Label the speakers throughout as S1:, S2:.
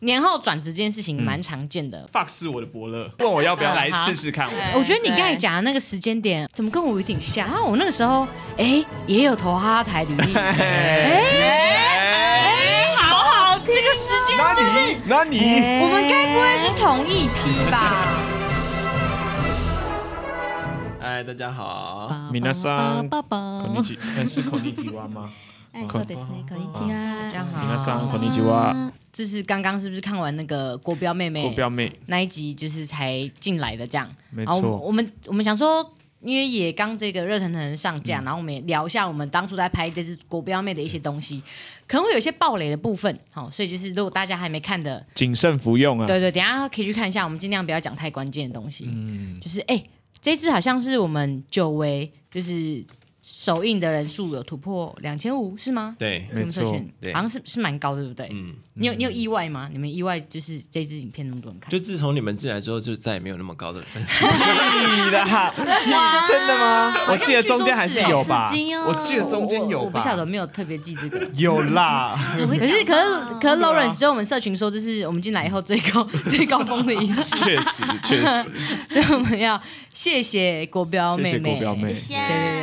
S1: 年后转职这件事
S2: 嗯
S1: 情蛮常见的。
S2: Fox 我的伯乐，问我要不要来试试看我。
S1: 我觉得你刚才讲的那个时间点，怎么跟我有点像？然后我那个时候，哎，也有投哈哈台履 历，
S3: 哎，
S1: 哎，好好，这个时间
S3: 那
S1: 是不
S3: 你
S1: 是？
S3: 那你
S1: 哎
S4: 我们该不会是同一批吧？
S3: 哎，大家好，
S1: 呃
S2: 米娜莎，
S5: 爸爸，
S2: 孔尼基，哎是孔尼基蛙 吗？
S5: 哎，
S2: こ
S5: そうう
S2: で
S5: ですす
S2: ね
S5: ね、
S2: こん
S5: こん
S2: に
S5: に
S2: ち
S5: ち
S4: 哦
S1: 大
S4: 哎
S5: は。
S1: 家好，
S2: 米娜莎，孔尼基蛙，
S1: 哎就是刚刚是不是看完那个国标妹妹？
S2: 国标妹，
S1: 那一集就是才进来的这样。
S2: 没
S1: 然后我们
S2: 错。
S1: 我们我们想说，因为也刚这个热腾腾的上
S2: 嗯
S1: 架，然后我们也聊一下我们当初在拍这支国标妹的一些东西，可能会有一些暴雷的部分，好、所以就是如果大家还没看的，
S2: 谨慎服用啊。
S1: 对对，等一下可以去看一下，我们尽量不要讲太关键的东西。
S2: 嗯，
S1: 就是哎、这支好像是我们久违，就是首映的人数有突破两千五，是吗？
S3: 对，
S2: 没错
S1: 我们搜寻
S3: 对
S1: 好像是是蛮高的，对不对？
S3: 嗯，
S1: 你有你有意外吗？你们意外就是这支影片那么多人看？
S3: 就自从你们进来之后，就再也没有那么高的分数。
S2: 你的哈，你真的吗？我记得中间还是有吧，
S5: 好刺激哦
S2: 我记得 中间
S1: 我
S2: 有
S1: 我
S2: 吧
S1: 不，晓得，没有特别记这个。
S2: 有啦。
S1: 可是可是可是 Lawrence 就我们社群说，这是我们进来以后最高最高峰的一次，
S2: 确 实，确实，
S1: 所以我们要谢谢国标
S2: 谢
S1: 妹
S2: 谢
S1: 妹。
S2: 国标妹，
S5: 谢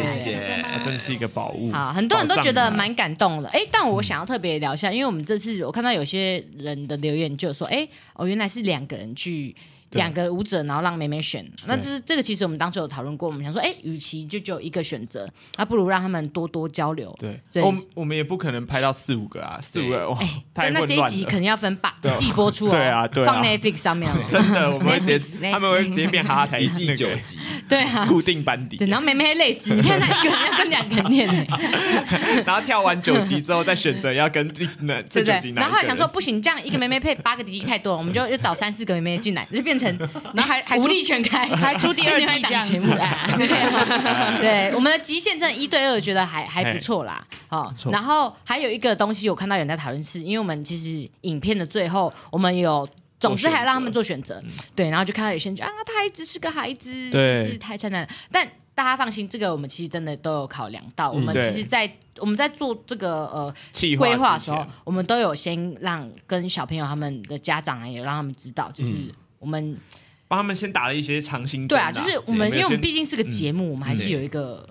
S3: 谢
S2: 啊真是一个宝物。
S1: 好，很多人都觉得
S2: 宝藏啊
S1: 蛮感动的。哎、但我想要特别聊一下，因为我们这次我看到有些人的留言就有说，哎、哦，原来是两个人去。
S2: 对
S1: 两个舞者，然后让妹妹选。那这是这个其实我们当初有讨论过，我们想说，哎，与其就只有一个选择，那不如让他们多多交流。
S2: 对，
S1: 对
S2: 我们我们也不可能拍到四五个啊，四五个哇，太
S1: 但
S2: 混
S1: 那
S2: 乱
S1: 这一集
S2: 了。
S1: 肯定要分八
S2: 对啊
S1: 季播出哦，
S2: 对啊对啊
S1: 放 Netflix 上面哦。
S2: 真的，我们会直
S5: Netflix，
S2: 接，他们会直接变哈哈台
S3: 一季
S2: 那个
S3: 九集，
S1: 对啊，
S2: 固定班底
S1: 对，，然后妹妹会累死。你看她一个人要跟两个人念呢，
S2: 然后跳完九集之后再选择要跟另那 这
S1: 对不
S2: 九
S1: 对？
S2: 集哪一
S1: 然后后来
S2: 个
S1: 想说，不行，这样一个妹妹配八个弟弟太多了，我们 就又找三四个妹妹进来，就变成然后 还还
S4: 出
S1: 无力全开，
S4: 还出第二季这样 子
S1: 节目啊。对啊对，我们的极限真的一对二，觉得还还不错啦。好
S2: 错，
S1: 然后还有一个东西，我看到有人在讨论是，因为我们其实影片的最后，我们有。总之还要让他们做选择，对，然后就看到有些人就啊，他还只是个孩子，就
S2: 嗯对
S1: 是太惨了。但大家放心，这个我们其实真的都有考量到，我们
S2: 嗯对
S1: 其实在，我们在做这个呃
S2: 计
S1: 规划的
S2: 之
S1: 时
S2: 前
S1: 候，我们都有先让跟小朋友他们的家长啊，也让他们知道，就是我们、
S2: 帮他们先打了一些长心
S1: 对
S2: 针
S1: 啊，就是我们，因
S2: 对
S1: 为我们
S2: 先
S1: 毕竟是个节目，我们还是
S3: 对
S1: 有一个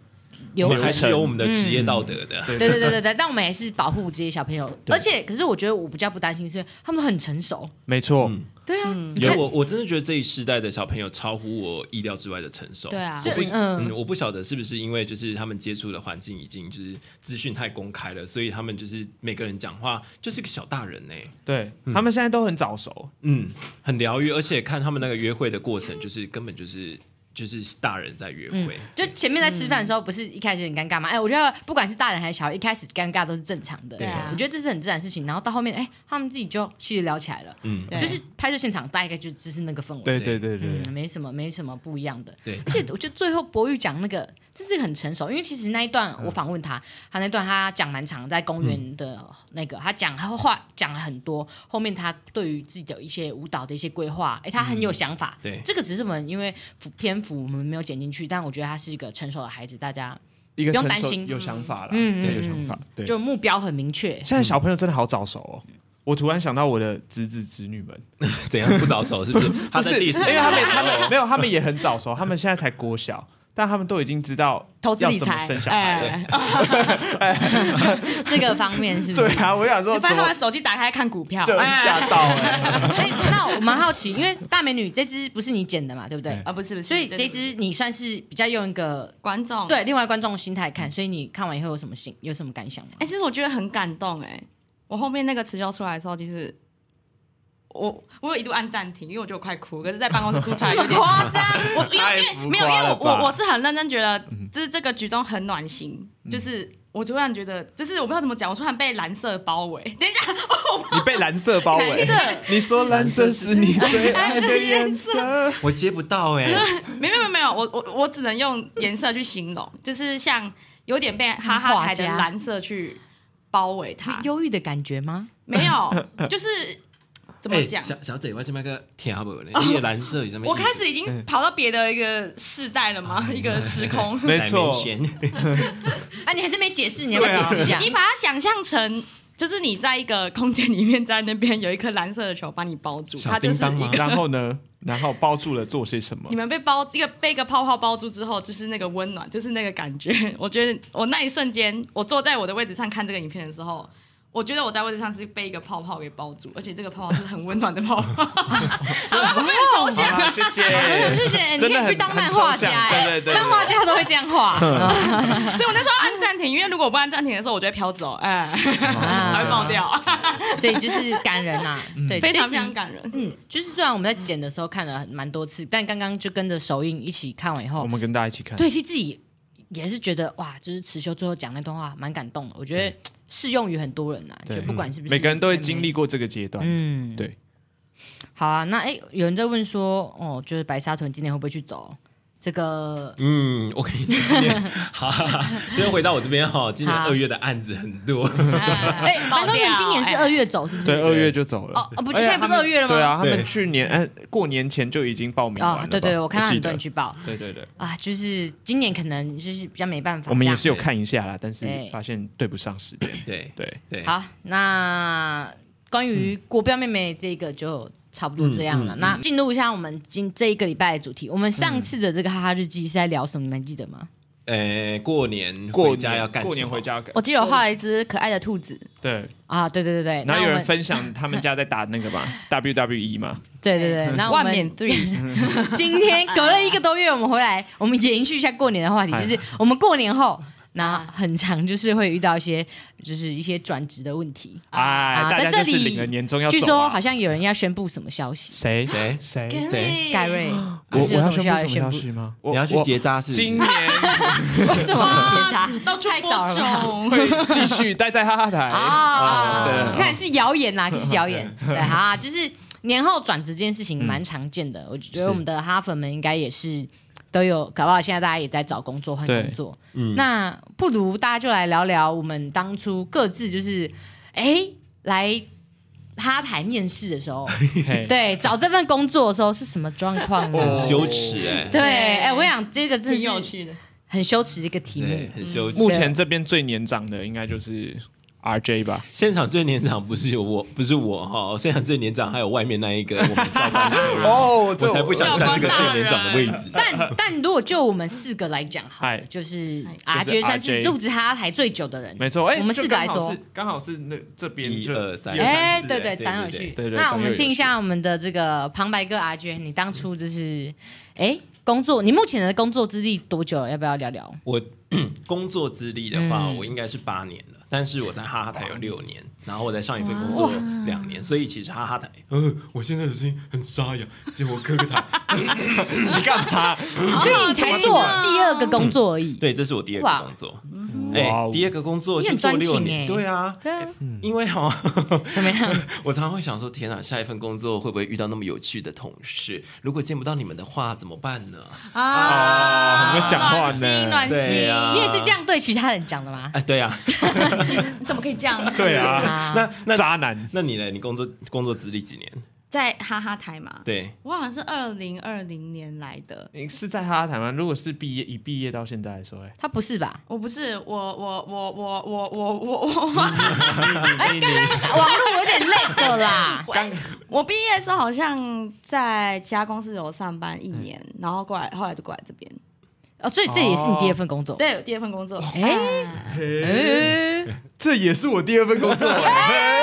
S3: 我
S1: 流
S3: 们
S1: 程
S3: 还。是有我们的职业道德的。
S1: 对对对对对，但我们还是保护这些小朋友，而且可是我觉得我比较不担心，是因为他们都很成熟。
S2: 没错，
S1: 对啊，
S3: 因为我我真的觉得这一世代的小朋友超乎我意料之外的成熟。
S4: 对啊
S3: 我不
S1: 是嗯
S3: 嗯，我不晓得是不是因为就是他们接触的环境已经就是资讯太公开了，所以他们就是每个人讲话就是个小大人呢、
S2: 对他们现在都很早熟，
S3: 嗯，很疗愈，而且看他们那个约会的过程，就是根本就是就是大人在约会。
S1: 就前面在吃饭的时候，不是一开始很尴尬吗？哎，我觉得不管是大人还是小孩，一开始尴尬都是正常的。
S4: 对啊
S1: 我觉得这是很自然的事情。然后到后面，哎，他们自己就去聊起来了。
S3: 嗯，
S4: 对
S1: 就是拍摄现场大概就只是那个氛围。
S2: 对
S3: 对
S2: 对
S1: 嗯，没什么，没什么不一样的。
S3: 对
S1: 而且我觉得最后博宇讲那个，这是很成熟，因为其实那一段
S2: 嗯
S1: 我访问他，他那段他讲蛮长，在公园的那个，他讲他话讲了很多，后面他对于自己的一些舞蹈的一些规划，哎，他很
S2: 嗯
S1: 有想法。
S3: 对
S1: 这个只是我们因为篇幅我们没有剪进去，但我觉得他是一个成熟的孩子，大家
S2: 一个
S1: 不用
S2: 成
S1: 担
S2: 熟
S1: 心
S2: 有想法了，
S1: 嗯
S2: 对，
S1: 嗯
S2: 有想法，对。
S1: 就目标很明确。
S2: 现在小朋友真的好早熟哦，我突然想到我的侄子侄女 们，
S3: 怎样不早熟是不是？哎他
S2: 不
S3: 在
S2: 是，
S3: 第
S2: 因
S3: 四，
S2: 为他们他们没有，他们也很早熟，他们现在才国小。但他们都已经知道
S4: 投资
S2: 要
S4: 理
S2: 怎么
S4: 财
S2: 生，小孩了，
S4: 哎，
S1: 这个方面是不
S2: 对
S1: 是？
S2: 啊，我想
S4: 就
S2: 说
S4: 哦发
S2: 怎
S4: 现他
S2: 么
S4: 们手机打开看股票，
S2: 就
S4: 哎
S2: 吓到 哎，
S1: 哎，那我蛮好奇，因为大美女这支不是你剪的嘛，对不对
S2: 对？
S4: 啊，不是不是，
S1: 所以这支你算是比较用一个
S4: 观众，
S1: 对，另外观众心态看，所以你看完以后有什么心有什么感想吗？
S4: 哎，其实我觉得很感动哎，我后面那个词修出来的时候，其实。我我有一度按暂停，因为我觉得我快哭，可是，在办公室哭 出来有点夸张。 我因为因为没有，因为我我我是很认真觉得，
S2: 嗯
S4: 就是这个举动很暖心，就是我突然觉得，就是我不知道怎么讲，我突然被蓝色包围。等一下，
S2: 你被蓝色包围
S1: 蓝色，
S2: 你说蓝色是你最爱的颜色，
S3: 我接不到哎、
S4: 没有没有没有，我我我只能用颜色去形容， 就是像有点被哈哈台的蓝色去包围它，
S2: 啊
S1: 忧郁的感觉吗？
S4: 没有，就是 怎么
S3: 哎
S4: 讲？哦
S3: 小小姐，我这边个听不呢，你的蓝色有什么意思？
S4: 我开始已经跑到别的一个世代了吗？
S3: 哎
S4: 一个时空，
S2: 没错
S3: Dimension
S1: 啊，你还是没解释，你要不要
S2: 对啊
S1: 解释一下？
S4: 你把它想象成就是你在一个空间里面，在那边有一颗蓝色的球把你包住，
S3: 小
S4: 它就是
S3: 叮当吗
S4: 一个。
S2: 然后呢，然后包住了做些什么
S4: 你？们被包一个被一个泡泡包住之后，就是那个温暖，就是那个感觉。 我觉得我那一瞬间，我坐在我的位置上看这个影片的时候，我觉得我在位置上是被一个泡泡给包住，而且这个泡泡是很温暖的泡 泡。好了，我们抽象
S2: 好啦谢谢，
S1: 哦谢谢，你
S2: 真
S1: 可
S2: 的
S1: 以
S2: 很
S1: 去当漫画家、
S2: 很抽象
S1: 哎
S2: 对对对对
S1: 漫画家都会这样 画哦
S4: 所以我那时候按暂停，因为如果我不按暂停的时候，我就会飘走，哎，还会爆
S1: 啊，
S4: 掉，
S1: 所以就是感人呐、
S2: 嗯
S1: 对，
S4: 非常
S1: 这
S4: 非
S1: 集
S4: 常感人。
S1: 嗯，就是虽然我们在剪的时候看了蛮多次，但刚刚就跟着首映一起看完以
S2: 我
S1: 后，
S2: 们跟大家一起看。
S1: 对，其实自己也是觉得哇，就是池修最后讲那段话蛮感动的，我觉得适用于很多人呐、啊
S2: 对
S1: 就不管是不是
S2: 每个人都会经历过这个阶段。
S1: 嗯，
S2: 对。
S1: 好啊，那哎，有人在问说，哦，就是白沙屯今年会不会去走？这个
S3: 嗯，我跟你说，今天好，今天回到我这边哈，今年
S1: 好
S3: 二月的案子很 多，
S1: 哎，
S4: 哎
S1: 白沙屯今年是二
S4: 月，
S1: 月走，是不是？
S2: 对，二月就走了。
S1: 哦哦不
S2: 而且
S1: 现在不是
S2: 他们
S1: 二月了吗
S2: 对啊，他
S3: 对
S2: 们去年哎过年前就已经报名完了
S1: 啊
S2: 吧。，
S1: 对对，我看到
S2: 记
S1: 很
S2: 得
S1: 多人去报
S2: 对对对，
S1: 啊，就是今年可能就是比较没办法。
S2: 我们也
S1: 这
S2: 是有看一下啦，但是
S1: 对
S2: 发现对不上时间。
S3: 对
S2: 对，
S3: 对，
S1: 样好，那关于国标妹妹这个就差不多这样了。
S3: 嗯嗯嗯
S1: 那进入一下我们今这一个礼拜的主题，我们上次的这个哈哈日记是在聊什么？你们记得吗？
S3: 呃，过年
S2: 过
S3: 回家要干什么，
S2: 过年回家要干。
S4: 我记得我画了一只可爱的兔子，
S2: 对，
S1: 啊，对对对对，
S2: 然
S1: 那
S2: 后
S1: 我
S2: 有
S1: 们
S2: 人 分享他们家在打那个嘛 WWE 嘛，
S1: 对对对，那我
S4: 万
S1: 们
S4: 免 对。
S1: 今天隔了一个多月，我们回来，我们延续一下过年的话题，
S2: 哎
S1: 就是我们过年后，那很长就是会遇到一些，就是一些转职的问题。
S2: 哎，大
S1: 啊在
S2: 家
S1: 这
S2: 就是
S1: 里
S2: 领了年终要走
S1: 据
S2: 啊。
S1: 说好像有人要宣布什么消息，
S2: 谁
S3: 谁
S2: 谁
S3: 谁
S1: 盖瑞，
S2: 我
S1: 是
S2: 我
S1: 有
S2: 要
S1: 什么需
S2: 宣布
S1: 要
S2: 什么消
S1: 宣布？
S2: 息吗？我
S3: 你要去
S2: 我
S3: 结扎是不是
S2: 今年
S1: 为什么要结扎？
S4: 到处
S1: 太
S4: 啊播
S1: 早了吧
S4: 种。
S2: 会继续待在哈 哈台。
S1: 啊，
S2: 对
S1: 看是谣言 啦，就是谣言。对，好啊，就是年后转职这件事情蛮常见的，我觉得
S2: 嗯是
S1: 我们的哈粉们应该也是都有，搞不好现在大家也在找工作换
S2: 对
S1: 工作。
S3: 嗯
S1: 那不如大家就来聊聊我们当初各自就是哎来哈台面试的时 候，
S2: 嘿
S1: 对，找这份工作的时候是什么状况呢？
S3: 很
S2: 哦
S3: 羞耻哎，
S1: 对，哎，我跟你讲这个真
S4: 挺有
S1: 是
S4: 趣的，
S1: 很羞耻的一个题目
S3: 对，。很羞耻。
S2: 目前这边最年长的应该就是 RJ 吧？
S3: 现场最年长不是我，不是我哈，现场最年长还有外面那一个我们教官
S2: 哦
S3: 我才不想
S4: 教
S3: 站
S4: 官
S3: 这个最
S4: 大
S3: 年长的位
S4: 人
S3: 置。
S1: 但但如果就我们四个来讲，好了
S2: 嗨
S1: 就是
S2: 嗨
S1: R
S2: 就是
S1: J 算是
S2: RJ
S1: 入职哈台最久的人，
S2: 没错，哎，
S1: 我们四个来
S2: 就刚好
S1: 说
S2: 是，刚好是那这边
S3: 一
S2: 就
S3: 二三
S2: 一
S1: 哎，
S3: 三四
S1: 对
S2: 哦
S3: 哎对对
S1: 长有
S3: 对
S1: 趣
S2: 对。对
S1: 那
S2: 长
S1: 我
S2: 有
S1: 们
S2: 有
S1: 听一
S2: 趣
S1: 下我们的这个旁白哥 R J，你当初就是，哎，工作，你目前的工作资历多久了？要不要聊聊？
S3: 我工作资历的话，
S1: 嗯
S3: 我应该是八年了，但是我在哈哈台有六年，然后我在上一份工作两年，所以其实哈哈台，呃，我现在的声音很沙哑，结果我磕个台，
S2: 你干嘛？
S1: 所以你才做
S2: 啊
S1: 第二个工作而已。
S3: 对，这是我第二
S1: 哇
S3: 个工作，哎、
S2: 哇哦嗯
S3: 第二个工作
S1: 你
S3: 就
S1: 很
S3: 做
S1: 专
S3: 六
S1: 情
S3: 年，
S1: 哎
S3: 对啊，
S1: 对啊，
S3: 因为哈、
S1: 怎么样？
S3: 我常常会想说，天啊哪，下一份工作会不会遇到那么有趣的同事？如果见不到你们的话，怎么办呢？
S4: 啊，
S2: 很会讲话呢
S4: 暖心暖心，
S3: 对啊
S1: 你也是这样对其他人讲的吗？
S3: 哎，对啊，
S4: 你怎么可以这样子？
S2: 对啊，
S1: 啊，
S3: 那那
S2: 渣男。
S3: 那你呢？你工作工作资历几年？
S4: 在哈哈台嘛，
S3: 对，
S4: 我好像是二零二零年来的，
S2: 你是在哈哈台吗？如果是毕业以毕业到现在来说， 哎，
S1: 他不是吧？
S4: 我不是我我我我我我我我。
S2: 你你
S1: 网络有点累的啦
S4: 我毕业的时候好像在其他公司有上班一年，然后过来后来就过来这边，
S1: 哦，所以这也是你第二份工作。
S4: 对，第二份工作，
S1: 哎哎，
S2: 这也是我第二份工作。
S1: 哎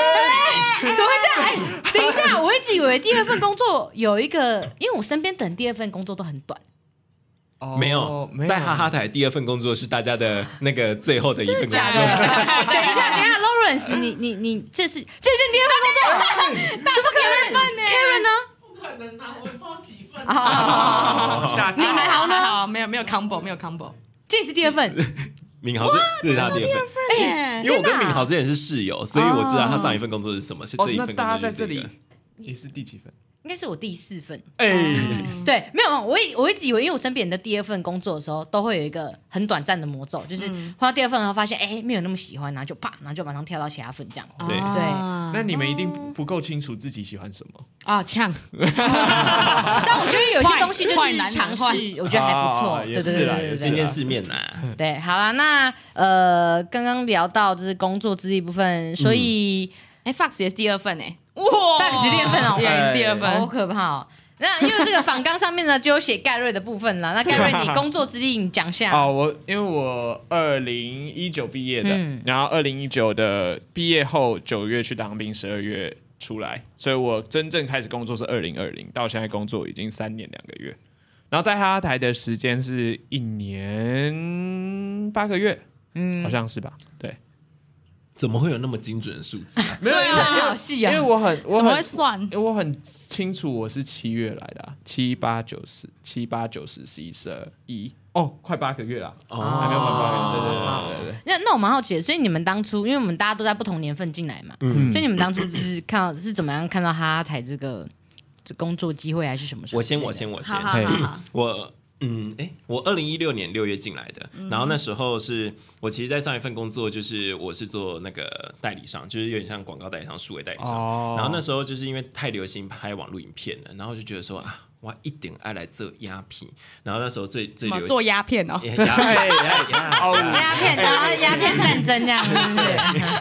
S1: 怎么会这样？哎，等一下，我一直以为第二份工作有一个，因为我身边等第二份工作都很短。
S2: 哦
S3: 没有，在哈哈台第二份工作是大 家的那个最后的一份工
S1: 假的？等
S3: 作。
S1: 一下，等一下，Lawrence，你你你，这是这是你第二份工作，大不可能，Karen 呢？哦
S5: 可能啊，我包几份啊
S1: 好好好好好，
S2: 下
S1: 明白好呢
S4: 还好没有没有 combo 没有 combo，
S1: 这也是第二份，
S3: 敏豪是这是他第二份，
S4: 哎
S3: 因为我跟敏豪之前是室友，所以我知道他上一份工作是什么，是
S2: 哦
S3: 这一，
S2: 那
S3: 份工作
S2: 大家在
S3: 就是
S2: 这
S3: 个
S2: 里。你是第几份？
S1: 应该是我第四份。
S2: 哎、
S1: 对，没有，我一我一直以为，因为我身边人的第二份工作的时候，都会有一个很短暂的魔咒，就是换到第二份，然后发现哎、没有那么喜欢，然后就啪，然后就马上跳到其他份这样。
S3: 对
S1: 对
S2: 那你们一定不够清楚自己喜欢什么。
S4: 啊，呛，
S1: 但我觉得有些东西就
S4: 坏
S1: 是
S4: 男人
S1: 尝试
S4: 坏，
S1: 我觉得还不错。
S2: 啊
S1: 对
S2: 也
S1: 对
S2: 是
S1: 对
S2: 啦
S1: 对
S2: 也是
S1: 对
S3: 今
S1: 对。
S3: 天世面啊
S2: 嗯
S3: 呐，
S1: 对，好啦，那呃，刚刚聊到就是工作资历部分，
S2: 嗯
S1: 所以
S4: 哎，Fox 也是第二份哎，哇
S1: 大理是第二份哦
S4: 对，也是第二
S1: 好
S4: 份，
S1: 可怕哦。那因为这个访纲上面呢，就有写盖瑞的部分啦。那盖瑞， 你工作资历你讲一下。
S2: 哦，我因为我二零一九毕业的，
S1: 嗯
S2: 然后二零一九的毕业后九月去当兵，十二月出来，所以我真正开始工作是二零二零，到现在工作已经三年两个月。然后在哈哈台的时间是一年八个月，
S1: 嗯
S2: 好，像是吧？对，
S3: 怎么会有那么精准的数字啊？
S2: 没有，因
S1: 对啊
S2: 为
S1: 好细
S2: 因为
S1: 啊。
S2: 我很我
S4: 怎么会
S2: 很
S4: 算？
S2: 因为我很清楚我是七月来的、啊，七八九十七八九十十一十二一哦，快八个月了，还没有满八个月，对对对对对对。
S1: 那那我蛮好奇的，所以你们当初，因为我们大家都在不同年份进来嘛，
S2: 嗯
S1: 所以你们当初就是看到是怎么样看到哈哈台这个这工作机会还是什么什么？
S3: 我先，我。先，我先
S4: 好，好好好，
S3: 我嗯，哎，我二零一六年六月进来的，然后那时候是我其实，在上一份工作就是我是做那个代理商，就是有点像广告代理商、数位代理商。
S2: 哦
S3: 然后那时候就是因为太流行拍网络影片了，然后就觉得说啊，我一点爱来做鸦片。然后那时候最最
S4: 怎么
S3: 流
S4: 做
S3: 行哎
S4: 鸦哦片哦？
S3: 鸦片鸦
S1: 鸦
S3: 片鸦片
S1: 片，然后鸦片战争这样子， 是不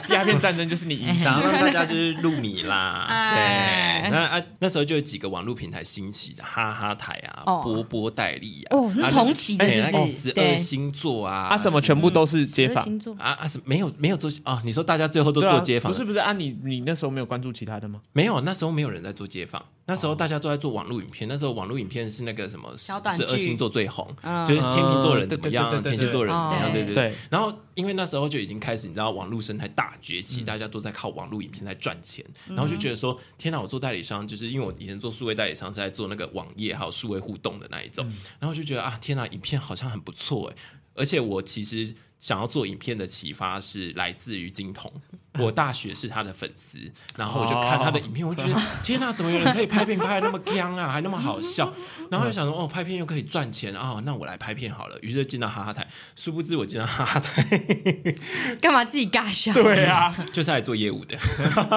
S1: 是？
S2: 鸦片战争就是 你影响。
S3: 想要让大家哎就是入迷啦，
S4: 哎
S3: 对，那啊那时候就有几个网络平台兴起，哈哈台啊
S1: 哦，
S3: 波波代理啊，
S1: 哦，那同期的是不是？
S3: 十
S1: 对
S3: 二，星座啊，
S2: 啊，怎么全部都是街
S1: 十二
S2: 访？
S1: 星座
S3: 啊啊是没有没有做哦？你说大家最后都
S2: 对啊
S3: 做街访？
S2: 不是不是啊，你你那时候没有关注其他的吗？
S3: 没有，那时候没有人在做街访，那
S2: 哦
S3: 时候大家都在做网络影片。那时候网络影片是那个什么十
S4: 小短剧
S3: 二星座最红，
S4: 嗯
S3: 就是天秤座人怎么
S2: 哦对对
S3: 样，
S2: 对对对
S3: 天蝎座人怎么样，
S1: 哦
S3: 对对对
S2: 对。
S3: 然后因为那时候就已经开始，你知道网络生态大崛
S2: 嗯
S3: 起，大家都在靠网络影片在赚钱，
S4: 嗯
S3: 然后就觉得说，天哪，我做代理商，就是因为我以前做数位代理商是在做那个网页还有数位互动的那一种，
S2: 嗯
S3: 然后就觉得啊，天哪，影片好像很不错哎，而且我其实想要做影片的启发是来自于金童，我大学是他的粉丝，然后我就看他的影片，我就觉得天哪、怎么有人可以拍片拍的那么僵啊，还那么好笑？然后就想说，哦，拍片又可以赚钱啊、那我来拍片好了。于是就进到哈哈台，殊不知我进到哈哈台
S1: 干嘛自己尬笑？
S2: 对啊，
S3: 就是来做业务的。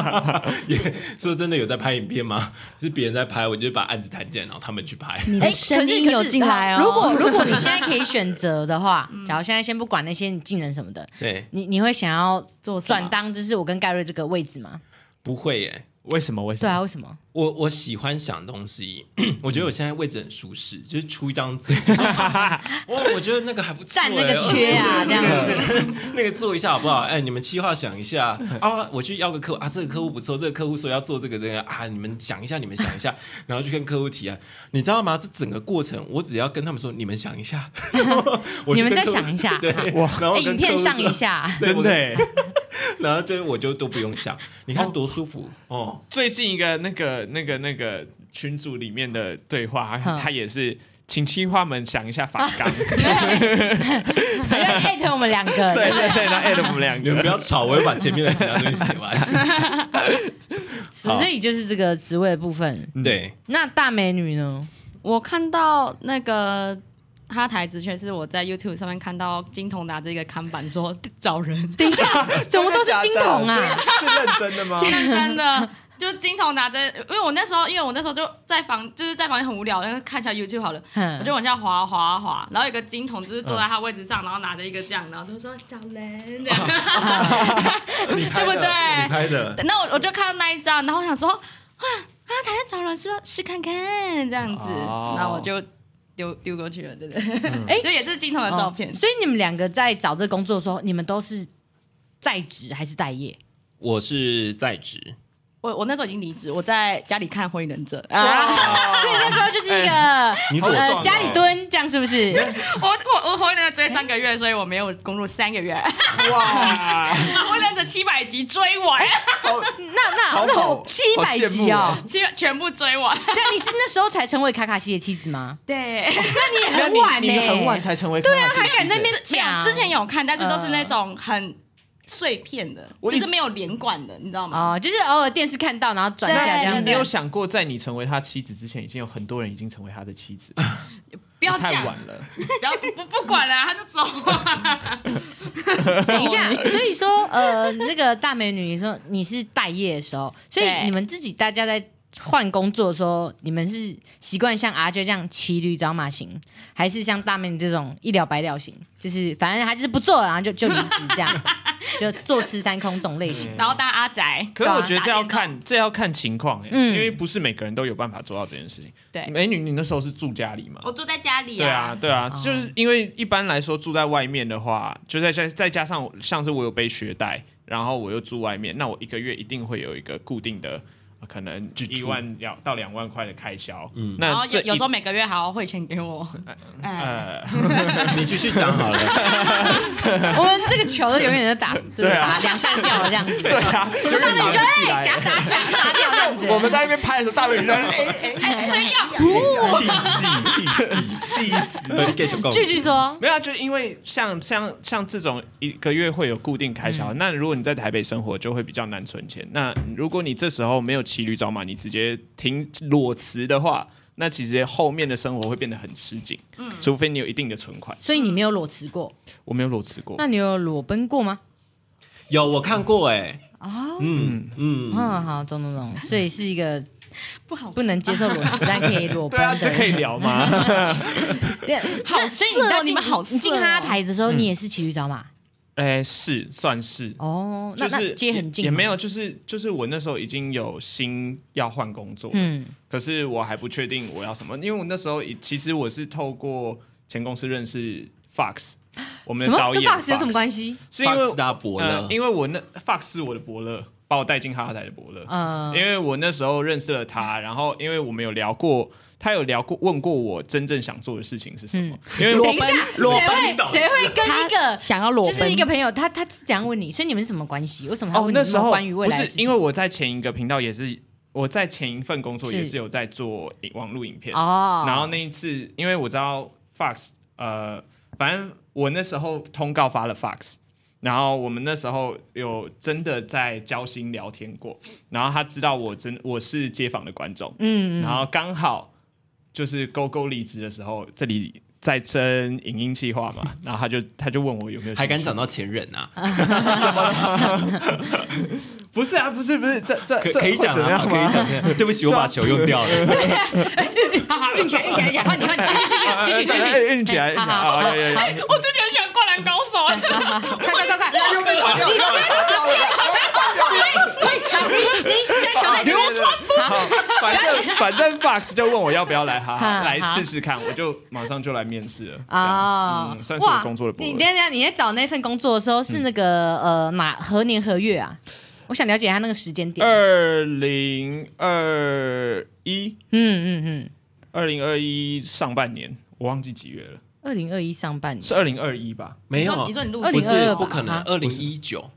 S3: 也说真的，有在拍影片吗？是别人在拍，我就把案子谈进来，然后他们去拍。
S1: 哎，
S4: 声
S1: 可是
S4: 音有进来哦
S1: 如 果如果你现在可以选择的话，假如现在先不管那些你技能什么的，
S3: 对，
S1: 你你会想要
S4: 做什么
S1: 转当就是我跟盖瑞这个位置吗？
S3: 不会耶，
S2: 为什么？为什
S1: 对
S2: 么？
S1: 啊，为什么？
S3: 我我喜欢想东西， 我觉得我现在位置很舒适，就是出一张 嘴，哇，我觉得那个还不错耶，
S1: 占
S3: 欸
S1: 那个缺啊，这样子。
S3: 那个做一下好不好？哎，你们计划想一下啊，我去要个客户啊，这个客户不错，这个客户说要做这个这个啊，你们想一下，你们想一下，然后去跟客户提案，你知道吗？这整个过程，我只要跟他们说，你们想 一下，我
S1: 你
S3: 去
S1: 们
S3: 跟
S1: 再
S3: 客户
S1: 想一下
S3: 对
S1: 啊，
S3: 然后
S1: 哎，
S3: 跟
S1: 影片
S3: 客户
S1: 上
S3: 说
S1: 一，下，
S3: 对
S2: 真的欸。
S3: 然后就我就都不用想，你看多舒服哦。
S2: 最近一个那个那个那个群组里面的对话，
S1: 哼
S2: 他也是，请青花们想一下法纲。
S1: 好像艾特我们两个。
S2: 对对对，然后艾特我们两
S3: 你们不
S2: 个。
S3: 要吵，我会把前面的其他东西写完。
S1: 所以就是这个职位的部分。
S3: 对，
S1: 那大美女呢？
S4: 我看到那个哈台职缺是我在 YouTube 上面看到金童拿着一个看板说找人，
S1: 等一下，怎么都是金童啊？
S2: 是认真的吗？
S4: 真的。就金童拿着，因为我那时候，因为我那时候就在房，就是在房间很无聊，然后看一下 YouTube 好了，
S1: 嗯
S4: 我就往下滑滑滑，然后有一个金童就是坐在他位置上，然后拿着一个这样，然后就说找人，这样
S3: 你拍的，
S4: 对不对
S3: 你拍的，
S4: 那我我就看到那一张，然后我想说，哇，啊，台上找人是不是要试看看这样子？
S2: 哦嗯
S4: 然后我就丢丢过去了，对不对？
S1: 哎
S4: 这也是金童的照片
S1: 哦。所以你们两个在找这个工作的时候，你们都是在职还是待业？
S3: 我是在职，
S4: 我我那时候已经离职，我在家里看《火影忍者》啊
S1: 所以那时候就是一个、
S3: 你好爽
S1: 呃
S3: 哦
S1: 家里蹲，这样是不是？
S4: 我我我《火影忍者》追三个月，所以我没有工作三个 月，《
S2: 哇，
S4: 火影忍者》七百集追完，
S1: 那那那我七百集哦，
S4: 七百全部追完。
S1: 那你是那时候才成为卡卡西的妻子吗？
S4: 对，
S1: 那你也很晚呢、
S2: 你你很晚才成为对啊，
S1: 还敢在那边
S4: 没有
S1: 讲，
S4: 嗯之前有看，但是都是那种很。碎片的，
S2: 我
S4: 就
S2: 一
S4: 是没有连贯的，你知道吗？
S1: 哦，就是偶尔电视看到，然后转一
S6: 对
S1: 下这
S6: 对
S1: 样
S6: 对
S1: 子
S2: 啊你有想过，在你成为他妻子之前，已经有很多人已经成为他的妻子，
S4: 不要
S2: 太
S4: 讲，
S2: 晚了。
S4: 不要不不管了，他就走啊。
S1: 等一下， 所以说，呃，那个大美女，你说你是待业的时候，所以
S4: 对
S1: 你们自己大家在换工作的时候，你们是习惯像阿娟这样骑驴找马型，还是像大美女这种一了百了型？就是反正她就是不做了，然后就就离职这 样，就坐吃山空这种类型。
S4: 然后当阿宅，
S2: 嗯可是我觉得这要看，这要看情况、欸，
S1: 嗯
S2: 因为不是每个人都有办法做到这件事情。
S4: 对哦
S2: 美女，你那时候是住家里吗？
S4: 我住在家里
S2: 对啊，，对啊，就是因为一般来说住在外面的话，就在再再加上我像是我有背学贷，然后我又住外面，那我一个月一定会有一个固定的。呃可能
S3: 支出
S2: 一万要到两万块的开销，
S3: 嗯
S4: 然
S2: 那
S4: 后
S2: 这
S4: 有
S2: 一
S4: 有时候每个月还要汇钱给我，哎，
S2: 呃，
S3: 你继续讲好 了。
S1: 我们这个球都永远都打，就是
S2: 对啊
S1: 打两下掉了这样子。
S2: 对啊，
S1: 就大美女就 哎，给她杀枪杀掉这样子。
S2: 我们在那边拍的时候，大美女
S3: 哎
S4: 吹掉，
S2: 气死，
S3: 继续
S1: 继续说，
S2: 没有、啊，就因为像像像这种一个月会有固定开
S1: 嗯
S2: 销，那如果你在台北生活，就会比较难存钱。那如果你这时候没有骑驴找马，你直接停裸辞的话，那其实后面的生活会变得很吃紧。
S1: 嗯
S2: 除非你有一定的存款。
S1: 所以你没有裸辞过，
S2: 我没有裸辞过，
S1: 那你有裸奔过吗？
S3: 有我看过哎，
S1: 啊、
S3: 嗯嗯，
S1: 嗯，好，懂懂懂，所以是一个
S4: 不好，
S1: 不能接受裸辞，但可以裸奔
S2: 对啊，这
S1: 的。
S2: 可以 聊吗？
S1: 对
S4: 好
S1: 那所以你
S4: 色哦
S1: 在
S4: 你
S1: 进
S4: 们好色
S1: 你进哈
S4: 哦
S1: 台的时
S2: 嗯
S1: 候，你也是骑驴找马
S2: 哎、是算是。
S1: 哦，那
S2: 就
S1: 那
S2: 是
S1: 街很近，
S2: 也，也没有，。就是就是我那时候已经有心要换工作，嗯，
S1: 嗯，
S2: 可是我还不确定我要什么，因为我那时候已其实我是透过前公司认识 Fox，我们
S1: 什
S2: 的
S1: 么
S2: 导
S1: 跟
S2: 演
S1: Fox 有什么关？系？
S2: 是因为
S3: Fox 大伯乐
S2: 呃因为我那 Fox 是我的伯乐，把我带进哈台的伯乐。
S1: 呃，
S2: 因为我那时候认识了他，然后因为我们有聊过，他有聊过问过我真正想做的事情是什么，因为哦
S1: 等一
S2: 我
S1: 下，谁会
S3: 导师
S1: 谁会跟一个
S4: 想要裸
S1: 就
S4: 奔，
S1: 是一个朋友，他他是这样问你，所以你们是什么关系？为什么他
S2: 哦
S1: 问你
S2: 那时
S1: 什么
S2: 候
S1: 关于未来
S2: 不
S1: 的事
S2: 是
S1: 情？
S2: 因为我在前一个频道也是。我在前一份工作也
S1: 是
S2: 是有在做网络影片
S1: 哦，
S2: 然后那一次，因为我知道 Fox，呃，反正我那时候通告发了 Fox，然后我们那时候有真的在交心聊天过，然后他知道我真我是街访的观众，
S1: 嗯，
S2: 然后刚好就是勾勾离职的时候，这里在争影音计划嘛，然后他就他就问我有没有
S3: 还敢
S2: 兴趣
S3: 讲到前任啊？
S2: 呃不是啊，不是不是，这这
S3: 可
S2: 这
S3: 可以讲
S2: 会怎么
S3: 啊，
S2: 样
S3: 可
S2: 吗
S3: 以讲。对不起，我把球用掉了。
S1: 好好运起来，运起来，运起来，换你，换你，继续，继续，继续，继续，
S2: 哎运起来，运起来，
S1: 好好
S2: 好，有有有
S4: 我最近很喜欢《灌篮高手》哎，
S1: 快快快快，你接，你接，你接 球
S2: 啊
S1: 在这边，
S2: 好，反正反正 Fox 就问我要不要来 哈，
S1: 哈
S2: 哈，来试试看，我就马上就来面试了。
S1: 啊
S2: 啊，嗯算是我工作的部
S1: 你
S2: 分
S1: 等一。下你在找那份工作的时候是那个、呃哪何年何月啊？我想了解一下那个时间点。
S2: 二零二一，
S1: 嗯嗯嗯，
S2: 二零二一上半年，我忘记几月了，
S1: 二零二一上半年
S2: 是二零二一吧？
S3: 没
S4: 你说
S3: 有
S4: 你，说你录
S1: 2022
S3: 不是
S1: 吧
S3: 不可能
S1: 啊，
S3: 二零一九，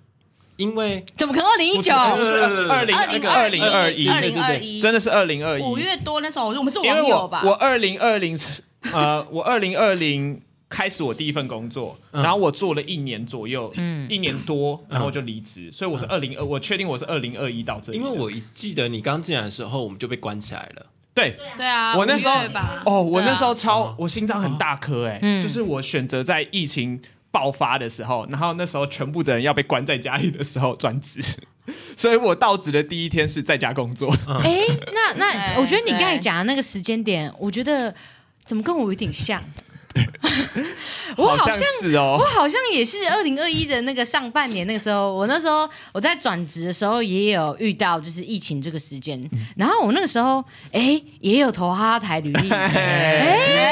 S3: 因为
S1: 怎么可能？二零一九
S2: 不是二零
S4: 二零
S2: 二
S4: 二
S2: 零
S4: 零
S2: 二
S4: 一，
S2: 一，
S4: 二
S2: 对
S4: 零
S2: 对
S4: 二
S2: 对
S4: 一，
S2: 真的是二零二一。
S4: 五月多那时候，我们是
S2: 因
S4: 网
S2: 为
S4: 友
S2: 我
S4: 吧？
S2: 我二零二零 呃，我二零二零开始我第一份工作，然后我做了一年左右，
S1: 嗯
S2: 一年多，然后我就离职，所以我是二零二，我确定我是二零二一到这里
S3: 因
S2: 的，
S3: 为我一记得你刚进来的时候，我们就被关起来了。
S2: 对。
S4: 对啊，
S2: 我那时候
S4: 五月吧，
S2: 哦，我
S4: 对
S2: 那
S4: 啊
S2: 时候超，我心脏很大颗哎、
S1: 嗯
S2: 就是我选择在疫情爆发的时候，然后那时候全部的人要被关在家里的时候转职， 所以我到职的第一天是在家工作，
S1: 哎，那那
S4: 对
S1: 我觉得你刚才讲的那个时间点，我觉得怎么跟我有点像？我好
S2: 像
S1: 像
S2: 是哦
S1: 我，好像也是二零二一的那个上半年那个时候，我那时候我在转职的时候也有遇到就是疫情这个时间，然后我那个时候哎、也有投哈台履 历，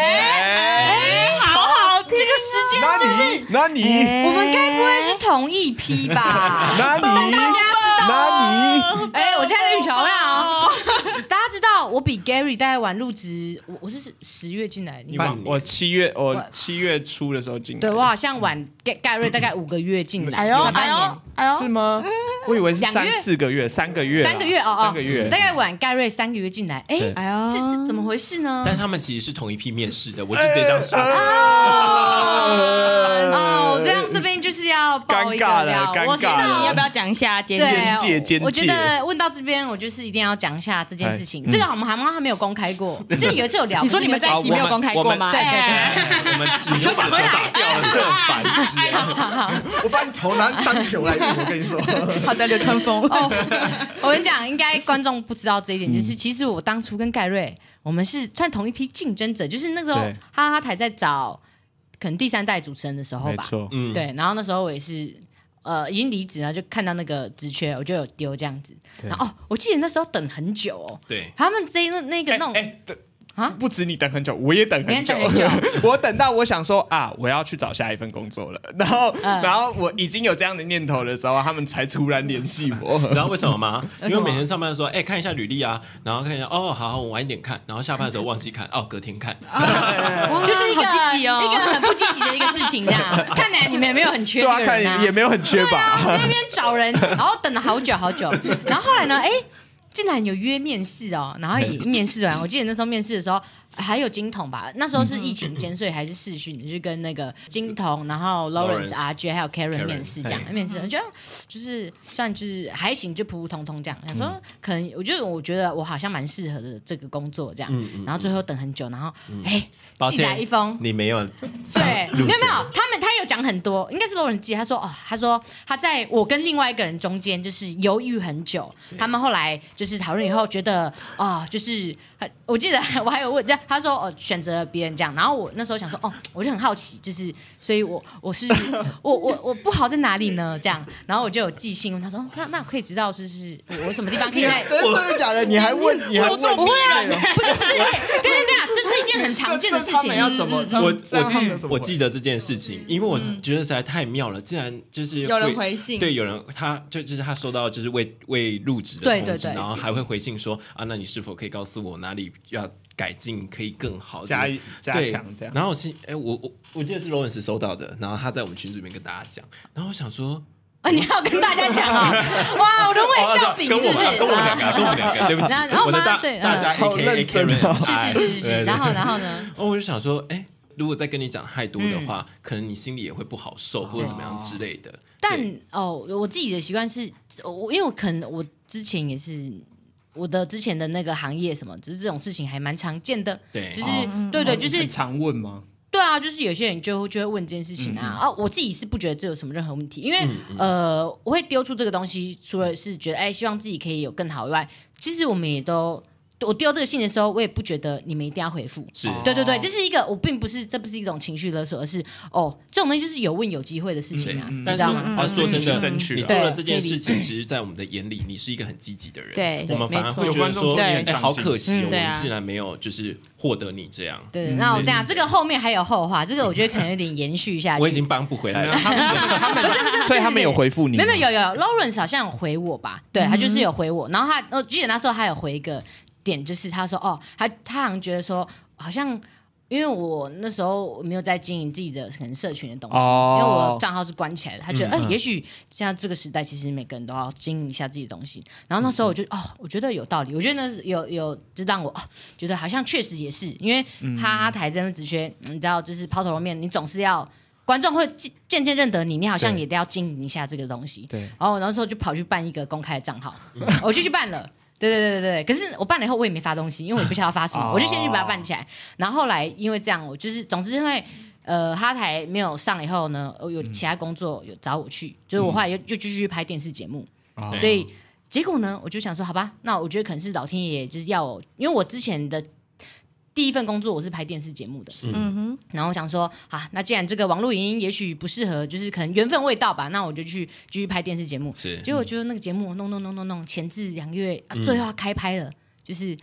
S1: 哎好好这个时间是不是？
S2: 那你，
S1: 我们该不会是同一批吧？
S2: 那你，那你，那你。
S1: 哎、我现在运球 了、哦，大家知道我比 Gary 大概晚入职，我我是十月进来，你
S2: 你
S1: 们
S3: 半
S2: 忘
S3: 年
S2: 我七月我七月初的时候进来，
S1: 对我好像晚 Gary 大概五个月进来，
S4: 哎呦
S1: 晚半
S4: 哎
S1: 年
S4: 呦哎呦，
S2: 是吗？我以为是
S1: 哦嗯两个
S2: 三
S1: 月
S2: 四个月，三个月啦，
S1: 三个月哦哦，
S2: 三个月
S1: 大。概晚盖瑞三个月进来，哎，
S2: 对
S4: 哎呦，
S1: 这这怎么回事呢？
S3: 但他们其实是同一批面试的，
S2: 哎
S3: 我是这张傻子。
S1: 哦，这样这边就是要爆一个
S2: 尴尬了
S1: 料，
S2: 尴尬了
S1: 我知道
S4: 你要不要讲一下接
S1: 对
S4: 近？
S2: 界
S1: 我
S2: 间界
S1: 我觉得问到这边，我就是一定要讲一下这件事情
S2: 哎。嗯
S1: 这个我们好像还没有公开 过，这个有一次有聊，
S4: 你说你们
S1: 可是
S4: 在一起没有公开过吗？
S2: 哎
S4: 哎
S1: 对对对
S3: 我们直接把手打掉了，这很烦死。啊
S6: 我把你头拿当球来用，我跟你说，
S7: 好的，流川枫。
S1: 哦， 我跟你讲，应该观众不知道这一点，
S2: 嗯
S1: 就是其实我当初跟盖瑞，我们是算同一批竞争者，就是那时候
S2: 对
S1: 哈哈台在找可能第三代主持人的时候
S2: 没
S1: 吧，
S2: 错，
S3: 嗯，
S1: 对，然后那时候我也是。呃，已经离职了，就看到那个职缺，我就有丢这样子。
S2: 对
S1: 然后哦，我记得那时候等很久哦，
S3: 对，
S1: 他们这一那那个
S2: 哎
S1: 那种，
S2: 哎等
S1: 啊
S2: 不止你等很久，我也等
S1: 你
S2: 很
S1: 也
S2: 久
S1: 等，很久
S2: 我等到我想说啊，我要去找下一份工作了， 然后，
S1: 嗯
S2: 然后我已经有这样的念头的时候，他们才突然联系我。
S3: 你知道为什么吗？因
S1: 为什么
S3: 为每天上班的时候，哎，看一下履历啊，然后看一下，哦，好，好我晚一点看，然后下班的时候忘记看，哦，隔天看。
S1: 就是一个、
S4: 好积极哦
S1: 一个很不积极的一个事情，这样。 看来你们也没有很 缺
S2: 对
S1: 这
S2: 啊，
S1: 个
S2: 看
S1: 人啊
S2: 也也没有很缺吧。
S1: 在那边找人，然后等了好久好久，然后后来呢，哎，竟然有约面试哦，然后也面试完，我记得那时候面试的时候。还有金童吧，那时候是疫情间，所以还是视讯，就是跟那个金童，然后 Lawrence、
S3: Lawrence
S1: RJ 还有 Karen
S3: Karen，
S1: 面试这样面试，我觉得就是算就是还行，就普普通通这样。想
S3: 嗯
S1: 说可能，我觉得我觉得我好像蛮适合的这个工作这样
S3: 嗯嗯，
S1: 然后最后等很久，然后哎
S3: 抱
S1: 寄来
S3: 歉
S1: 一封，
S3: 你没有
S1: 对，没有
S3: 路
S1: 没
S3: 线
S1: 有，他们他有讲很多，应该是都有人记。他说哦，他说他在我跟另外一个人中间就是犹豫很久，他们后来就是讨论以后觉得哦，就是他我记得我还有问，这样他说哦选择了别人这样，然后我那时候想说哦，我就很好奇，就是所以我我是 我我我不好在哪里呢？这样，然后我就有寄信问他说，哦那那我可以知道就是我我什么地方可以在。
S6: 真的假的？你还问？你还问？
S1: 不会啊，不是不是，对对对，这是一件很常见的事
S6: 这他
S1: 情嗯
S6: 们。要怎么？
S3: 我
S6: 这样他
S3: 我
S6: 们要
S3: 记
S6: 怎么
S3: 我
S6: 回
S3: 记得这件事情，因为我是觉得实在太妙了，竟然就是
S4: 有人
S3: 会
S4: 回信
S3: 对，有人他就就是他收到就是未未入职的
S1: 对
S3: 通知，
S1: 对对
S3: 然后还会回信说啊，那你是否可以告诉我哪里要改进，可以更 好
S2: 加
S3: 对
S2: 加
S3: 对
S2: 强这样
S3: 然后我是哎，我我我记得是罗文斯收到的，然后他在我们群组里面跟大家讲，然后我想说，
S1: 啊，你要跟大家讲 啊！哇，我人
S3: 哦
S1: 尾笑
S3: 啊
S1: 柄
S3: 跟
S1: 是
S3: 我
S1: 不
S3: 们
S1: 是？
S3: 啊跟我们两个啊，跟我们两个，对不起，
S1: 然后
S3: 我的
S1: 八
S3: 大
S1: 岁
S3: 大家
S6: 嗯好
S3: AKA
S6: 认真
S3: Karen
S6: 哦
S1: 啊 是是是是
S3: 对对
S1: 是，然后然后呢？
S3: 哦，我就想说，哎、如果再跟你讲太多
S1: 嗯
S3: 的话，可能你心里也会不好受，或者怎么样之类的。
S1: 哦但
S3: 对
S1: 哦，我自己的习惯是，我因为我可能我之前也是我的之前的那个行业什么，就是这种事情还蛮常见的，
S3: 对，
S1: 就是对对，
S3: 哦嗯
S1: 就是
S2: 很常问吗？
S1: 对啊，就是有些人就会就会问这件事情
S3: 嗯
S1: 啊，啊，我自己是不觉得这有什么任何问题，因为、呃，我会丢出这个东西，除了是觉得哎，希望自己可以有更好以外，其实我们也都。我丢这个信的时候，我也不觉得你们一定要回复，
S3: 是哦
S1: 对对对，这是一个我并不是，这不是一种情绪勒索，而是哦，这种东西就是有问有机会的事情啊，你
S3: 但
S1: 知
S3: 是
S1: 道吗？
S3: 啊，说真的，
S2: 正确
S3: 你
S2: 啊
S3: 做了
S1: 对
S3: 这件
S1: 可以
S3: 事
S1: 理
S3: 情，其实，在我们的眼里，你是一个很积极的人。
S4: 对
S3: 我们反而会
S2: 没错有
S3: 觉得说，
S2: 观众说
S3: 哎
S2: 你很上进
S3: 好可惜哦，
S4: 嗯
S3: 我
S4: 对啊
S3: 们竟然没有就是获得你这样。
S1: 对，那我等一下这个后面还有后话，这个我觉得可能有点延续下去。
S3: 嗯我已 经 帮不回来了，
S2: 他们他们，所以他们有回复你
S1: 没
S2: 吗，嗯
S1: 有没有有有 Lawrence 好像有回我吧？对他就是有回我，然后他我记得那时候他有回一个点，就是他说哦，他他好像觉得说好像。因为我那时候没有在经营自己的可能社群的东西，
S2: 哦
S1: 因为我的账号是关起来的。他觉得，哎、
S2: 嗯嗯
S1: 也许现在这个时代，其实每个人都要经营一下自己的东西。然后那时候我就，哦，我觉得有道理，我觉得那有有，就让我、哦觉得好像确实也是，因为哈哈台真的只缺，你知道，就是抛头露面，你总是要观众会渐渐渐认得你，你好像
S2: 对
S1: 也得要经营一下这个东西。
S2: 对，
S1: 然后我那时候就跑去办一个公开的账号，我就去办了。对对对对对，可是我办了以后我也没发东西，因为我也不知道发什么，
S2: 哦
S1: 我就先去把它办起来。然后后来因为这样，我就是总之因为呃哈台没有上以后呢，我有其他工作有找我去，就是我后来又就继续拍电视节目，
S2: 哦
S1: 所以结果呢，我就想说，好吧，那我觉得可能是老天爷就是要我，因为我之前的第一份工作我是拍电视节目的，
S4: 嗯哼，
S1: 然后我想说啊，那既然这个网络影音也许不适合，就是可能缘分未到吧，那我就去继续拍电视节目。
S3: 是
S1: 结果就是那个节目弄弄弄弄弄，前置两个月，啊
S2: 嗯
S1: 最后要开拍了，就是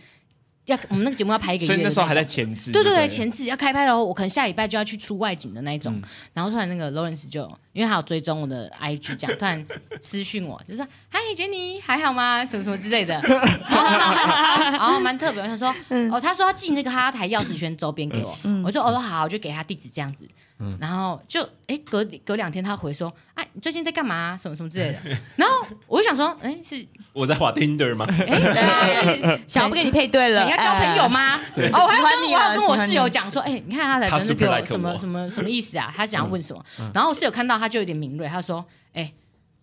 S1: 要我们那个节目要拍一个月，
S2: 所以那时候还在。前置，
S1: 对对
S2: 对
S1: 对，
S2: 不
S1: 前置要开拍喽，我可能下礼拜就要去出外景的那一种。然后突然那个 Lawrence 就因为他有追踪我的 IG，这样突然私讯我，就说：“嗨，杰尼，还好吗？什么什么之类的。” 然后蛮特别，我想说，哦，他说他寄那个哈哈台钥匙圈周边给我，我说哦好，我就给他地址这样子。然后就哎隔隔两天他回说，哎、你最近在干嘛、什么什么之类的。然后我就想说，哎、是
S3: 我在滑 Tinder 吗？
S1: 哎、对啊，是
S7: 想要不跟你配对了，
S1: 哎
S4: 哎
S1: 你要交朋友
S7: 吗？
S1: 吗？
S3: 对
S1: 哦，我还
S7: 喜欢
S1: 要跟
S7: 你了
S1: 我还要跟我
S7: 喜欢
S1: 室
S7: 你
S1: 友
S7: 了
S1: 讲说，哎，你看他来
S3: 他
S1: 的那
S3: super
S1: 个
S3: like
S1: 什么
S3: 我嗯
S1: 什么什么意思啊？他想要问什么？然后我室友看到他就有点敏锐，他说，哎。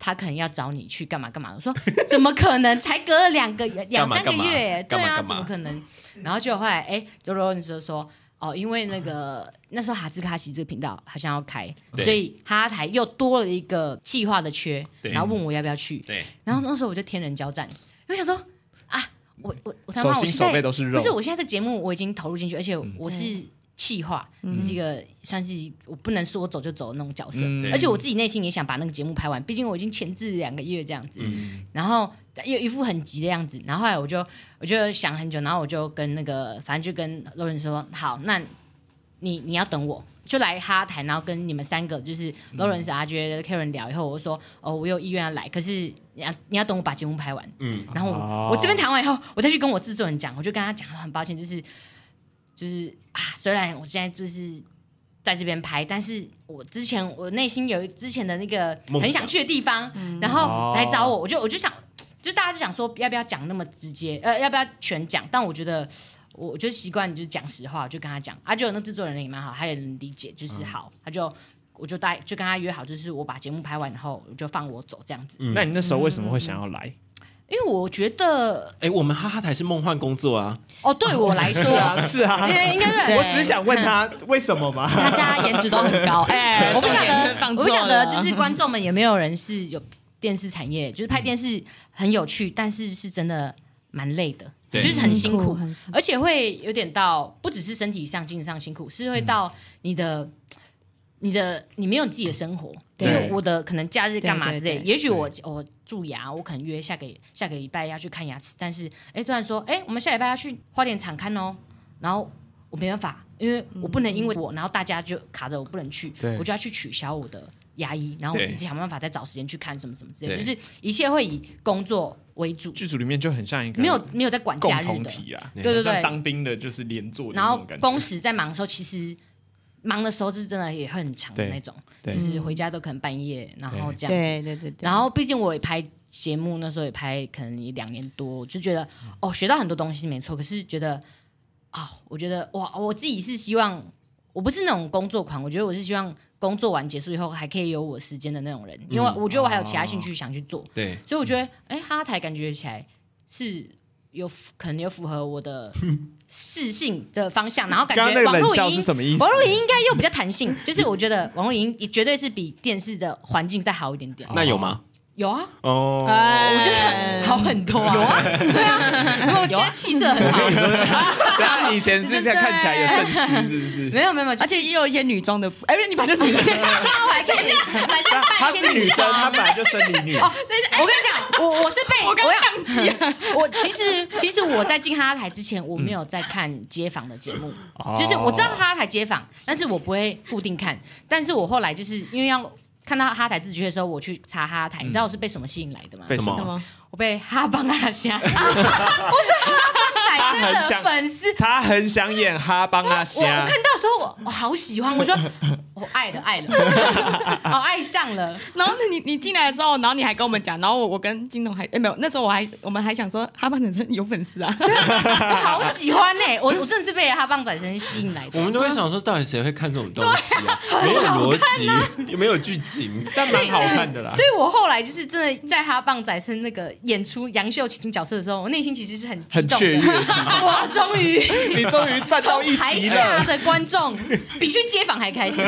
S1: 他可能要找你去干嘛干嘛，我说 怎么可能？才隔了两个两
S3: 干嘛
S1: 三个
S3: 干嘛
S1: 月，对
S3: 干嘛
S1: 啊，
S3: 干嘛
S1: 怎么可能？然后就后来，哎，就罗恩就说，哦，因为那个那时候哈兹卡西这个频道他想要开，
S3: 对
S1: 所以哈台又多了一个计划的缺，
S3: 对
S1: 然后问我要不要去，
S3: 对，
S1: 然后那时候我就天人交战，因为想说啊，我我我他
S2: 手
S1: 妈我
S2: 心
S1: 现
S2: 手背
S1: 在
S2: 都是肉，嗯
S1: 不是我现在这个节目我已经投入进去，而且我是气化，
S7: 嗯
S1: 是一个算是我不能说走就走的那种角色，
S2: 嗯
S1: 而且我自己内心也想把那个节目拍完，毕竟我已经前置两个月这样子，
S3: 嗯，
S1: 然后又一副很急的样子，然后后来我就我就想很久，然后我就跟那个反正就跟路人说，好，那你你要等我。就来哈台，然后跟你们三个就是
S2: 嗯
S1: Lawrence、阿娟、Karen 聊以后，我就说哦，我有意愿要来，可是你要你要等我把节目拍完。
S3: 嗯，
S1: 然后我,、
S2: 哦
S1: 我这边谈完以后，我再去跟我制作人讲，我就跟他讲，很抱歉，就是就是啊，虽然我现在就是在这边拍，但是我之前我内心有之前的那个
S3: 梦想
S1: 很想去的地方，然
S2: 哦
S1: 后来找我，我就我就想，就大家就想说要不要讲那么直接，呃，要不要全讲？但我觉得。我我就习惯就是讲实话，我就跟他讲啊，就有那制作人也蛮好，他也能理解，就是好，
S3: 嗯
S1: 他就我就带就跟他约好，就是我把节目拍完以后，我就放我走这样子，
S3: 嗯
S2: 那你那时候为什么会想要来？
S1: 因为我觉得
S3: 哎，我们哈哈台是梦幻工作啊，
S1: 哦，对我来说，
S6: 是啊
S1: 因为应该是
S7: 对
S6: 我只是想问他为什么嘛。
S7: 大家颜值都很 高，哎
S1: 我不晓得，
S4: 放
S1: 我
S4: 错
S1: 不晓得，
S4: 了啊
S1: 就是观众们有没有人是有电视产业，就是拍电视很有趣，但是是真的蛮累的，
S3: 对
S1: 就是很辛苦，
S7: 很辛苦
S1: 而且会有点到不只是身体上、精神上辛苦，是会到你的。你的你没有你自己的生活，因
S7: 对
S1: 为我的可能假日干
S7: 对
S1: 嘛
S7: 对
S1: 之类，
S7: 对
S1: 也许我我蛀牙，我可能约下个下个礼拜要去看牙齿，但是哎，突然说哎，我们下礼拜要去花莲场看哦，然后我没办法，因为我不能因为我，然后大家就卡着我不能去
S2: 对，
S1: 我就要去取消我的牙医，然后我
S3: 对
S1: 自己想办法再找时间去看什么什么之类的，
S3: 对
S1: 就是一切会以工作为主，
S2: 剧组里面就很像一个
S1: 没有没有在管
S2: 共
S1: 假日
S2: 同
S1: 的，
S2: 体啊，
S1: 对对
S2: 像
S1: 对，
S2: 当兵的就是连坐的
S1: 然
S2: 那
S1: 后
S2: 种感觉，
S1: 工时在忙的时候，其实忙的时候是真的也会很长的
S2: 对
S1: 那种，
S2: 对
S1: 就是回家都可能半夜，然后这样子。
S7: 对对对对，
S1: 然后毕竟我也拍节目，那时候也拍可能也两年多，就觉得哦学到很多东西没错，可是觉得啊、我觉得哇，我自己是希望我不是那种工作狂，我觉得我是希望工作完结束以后还可以有我时间的那种人，
S2: 嗯
S1: 因为我觉得我还有其
S2: 哦
S1: 他兴趣想去做，
S3: 对，
S1: 所以我觉得，哎，哈台感觉起来是有符可能有符合我的视性的方向，然后感
S2: 刚刚那
S1: 觉
S2: 个
S1: 网
S2: 冷
S1: 络
S2: 笑
S1: 影
S2: 是
S1: 音，
S2: 什么意思
S1: 网？络影音应该又比较弹性， 就是我觉得网络影音绝对是比电视的环境再好一点
S2: 哦
S1: 点。
S3: 那有吗？
S1: 有啊，
S6: 哦，
S7: 哎
S1: 我觉得 好很多啊，有啊，对啊， 因为我觉得气色很好，
S2: 对啊，以前是这样看起来有
S1: 哎
S2: 肾虚，是不是？
S1: 没有没有没有，就
S4: 而且也有一些女装的，哎，不是你把 这女装，
S1: 大 我还可以反正扮
S6: 她
S1: 一些
S6: 是女
S1: 角
S6: 生，她本来就生理
S1: 哦
S6: 女。
S4: 哎
S1: 我跟你讲，我我是被我刚宕
S4: 啊
S1: 机。我其实其实我在进哈拉台之前，我没有在看街访的节目，
S2: 哦
S1: 就是我知道哈拉台街访，但是我不会固定看。但是我后来就是因为要看到哈台自觉的时候，我去查哈台，你知道我是被什么吸引来的吗？
S2: 被
S3: 什
S2: 什
S3: 么？
S4: 么？
S1: 我被哈邦阿虾，我是哈邦仔真
S2: 他很想
S1: 的粉丝。
S2: 他很想演哈邦阿
S1: 我我
S2: 虾
S1: 看，到的时候我我好喜欢，我说我爱了爱了，哦爱上了，
S4: 然后那你你进来之后，然后你还跟我们讲，然后我我跟金董还哎没有，那时候我还我们还想说哈巴真有粉丝啊，
S1: 我好喜欢哎、我我真的是被哈邦仔身吸引来的。
S3: 我们都会想说，到底谁会看这种东西啊？没有逻辑，没有剧情，
S2: 但蛮好看的啦
S1: 所。以我后来就是真的在哈棒仔身那个演出杨秀琴角色的时候，我内心其实是很激
S2: 很
S1: 动
S2: 雀跃
S1: 的。 哇，终于
S6: 你终于站到一
S1: 从台
S6: 席
S1: 下
S6: 了，
S1: 的观众比去街访还开心。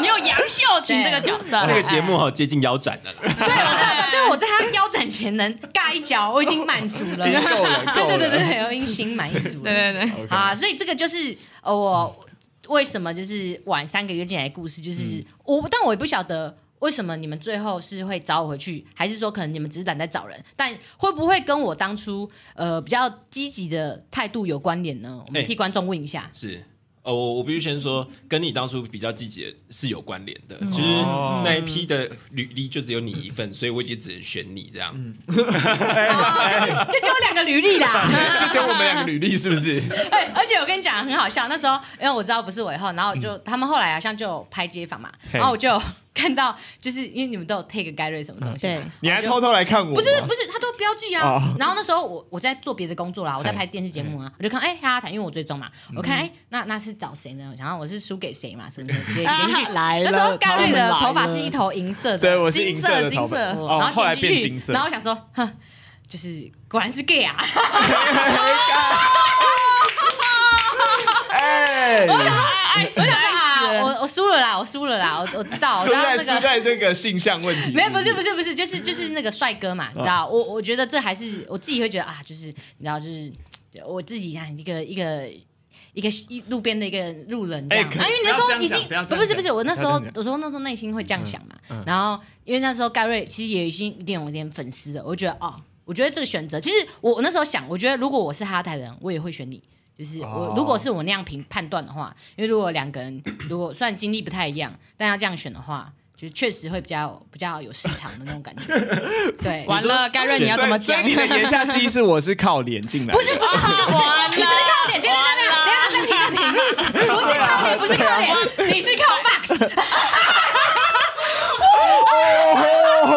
S4: 你有杨秀群这个角色，
S3: 这个节目好接近腰斩的啦。
S1: 对，我知道，就是我在他腰斩前能尬一脚，我已经满足 了。
S2: 已经够了够
S1: 对
S2: 了
S1: 对对对，我已经心满意足了。
S4: 对对对，
S2: OK
S1: 好啊，所以这个就是呃，我为什么就是晚三个月进来的故事，就是、我，但我也不晓得为什么你们最后是会找我回去，还是说可能你们只是懒得找人，但会不会跟我当初呃比较积极的态度有关联呢？我们
S3: 哎
S1: 替观众问一下，
S3: 是，呃，我我必须先说，跟你当初比较积极是有关联的，就是
S2: 哦
S3: 那一批的履历就只有你一份，所以我也只能选你这样。
S1: 哦， 就是就只有两个履历 啦。
S2: 就只有我们两个履历是不是？
S1: 哎，而且我跟你讲很好笑，那时候因为我知道不是我以后，然后就、他们后来好像就有拍街访嘛，
S2: 嘿
S1: 然后我就有看到，就是因为你们都有 take 盖瑞什么东西嘛，
S7: 对
S2: 嗯你还偷偷来看我？不是
S1: 不是他都有标记啊。
S2: 哦
S1: 然后那时候我我在做别的工作啦，我在
S2: 嘿嗯
S1: 拍电视节目啊，我就看哎哈哈台，因为我追踪嘛，我看哎那那是找谁呢？我想到我是输给谁嘛，什么什么之类 的延续。
S7: 来
S1: 那时候盖瑞的头发是一
S7: 头。
S1: 头银色的，
S2: 对我是
S1: 金
S2: 银色的头
S1: 金
S2: 发
S1: 色，
S2: 哦
S1: 然
S2: 后来
S1: 点进
S2: 变
S1: 去
S2: 金色
S1: 然后我想说，哼，就是果然是 gay 啊。
S6: 哎，
S1: 我想说啊，我我输了啦，我输了啦，我我知道，我
S2: 输
S1: 知道
S2: 在
S1: 那
S2: 输
S1: 个。
S2: 在这个性向问题。
S1: 没有，不是不是不是，就是就是那个帅哥
S2: 啊
S1: 嘛，你知道，我我觉得这还是我自己会觉得啊，就是你知道，就是我自己啊，一个一个一个一路边的一个路人这样，
S2: 哎可
S1: 啊，因为那时
S2: 不要
S1: 候
S2: 这样
S1: 已经
S2: 讲不要这样
S1: 不是不是，
S2: 讲
S1: 我那时
S2: 不要
S1: 候
S2: 这样讲
S1: 我说那时候内心会这样想嘛，
S2: 嗯嗯
S1: 然后因为那时候盖瑞其实也已经一定有点粉丝了，我就觉得哦，我觉得这个选择，其实我我那时候想，我觉得如果我是哈台人，我也会选你。就是我，
S2: 哦
S1: 如果是我那样评判断的话，因为如果两个人 如果虽然经历不太一样，但要这样选的话，就确实会比较比较有市场的那种 感觉。对，
S4: 完了，盖瑞
S2: 所以
S4: 你要怎么讲
S2: 所？以你的 言下之意是我是靠脸进来的？
S1: 不是不是不是不是，你不是靠脸，等等等等等等等等，不是靠脸，不是靠脸，你是靠 box，没
S4: 哦
S1: 有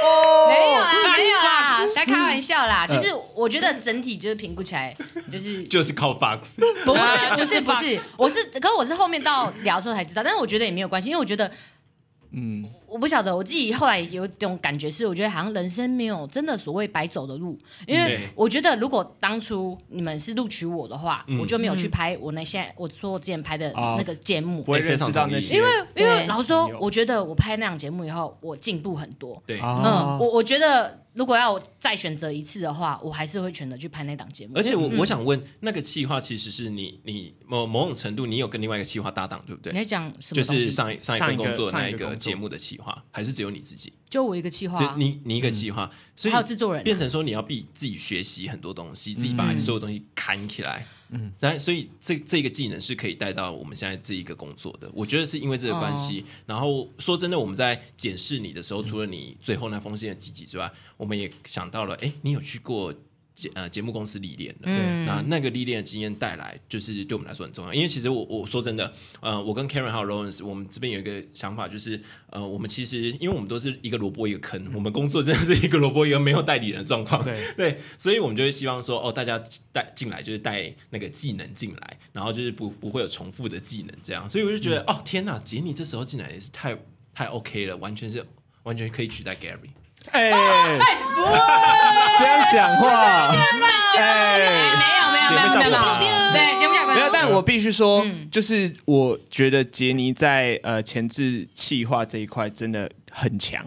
S1: 啊没有啊，在开玩笑啦，
S4: 嗯
S1: 就是我觉得整体就是评估起来就是
S3: 就是靠 Fox，
S1: 不是不是不是，我是，可是我是后面到聊的时候才知道，但是我觉得也没有关系，因为我觉得
S2: 嗯，
S1: 我不晓得，我自己后来有种感觉是，我觉得好像人生没有真的所谓白走的路，因为
S3: 对
S1: 我觉得如果当初你们是录取我的话，
S3: 嗯啊
S1: 我就没有去拍我那现在我说我之前拍的那个节目，
S2: 不会认
S3: 哎
S2: 识到那些，
S1: 因为因为
S7: 对
S1: 老实说
S2: 没，有
S1: 我觉得我拍那档节目以后，我进步很多。
S3: 对。
S1: 嗯，
S2: 啊
S1: 我我觉得如果要我再选择一次的话，我还是会选择去拍那档节目。
S3: 而且我、我想问，那个企划其实是你你某某种程度你有跟另外一个企划搭档，对不
S1: 你
S3: 对？
S1: 在讲什
S3: 就
S1: 么东西？
S3: 是上一上一
S2: 上
S3: 份
S2: 一个
S3: 工作的那
S2: 上一
S3: 一
S2: 个工作
S3: 个节目的企划，还是只有你自己？
S1: 就我一个计划
S3: 就
S1: 啊，
S3: 你你一个企划，所以
S1: 还有制作人啊嗯
S3: 变成说你要必自己学习很多东西，自己把所有东西砍起来。嗯，然后所以这这个技能是可以带到我们现在这一个工作的，我觉得是因为这个关
S1: 哦
S3: 系。然后说真的，我们在检视你的时候，除了你最后那封信的积极之外，我们也想到了，哎，你有去过节呃节目公司历练的，
S1: 嗯
S3: 那那个历练的经验带来，就是对我们来说很重要。因为其实我我说真的，呃，我跟 Karen 还有 Lawrence，我们这边有一个想法，就是呃，我们其实因为我们都是一个萝卜一个坑，我们工作真的是一个萝卜一个没有代理人的状况，
S2: 对
S3: 对，所以我们就会希望说，哦，大家带进来就是带那个技能进来，然后就是不不会有重复的技能这样。所以我就觉得，哦，天呐，杰尼这时候进来也是太太 OK 了，完全是完全可以取代 Gary。
S2: 哎，这样讲话，哎。
S1: 没有没有没有
S2: 节目
S1: 没有
S2: 效果吧
S1: 没有，嗯对节目效果
S2: 没有，但我必须说，就是我觉得杰尼在呃前置企划这一块真的很强，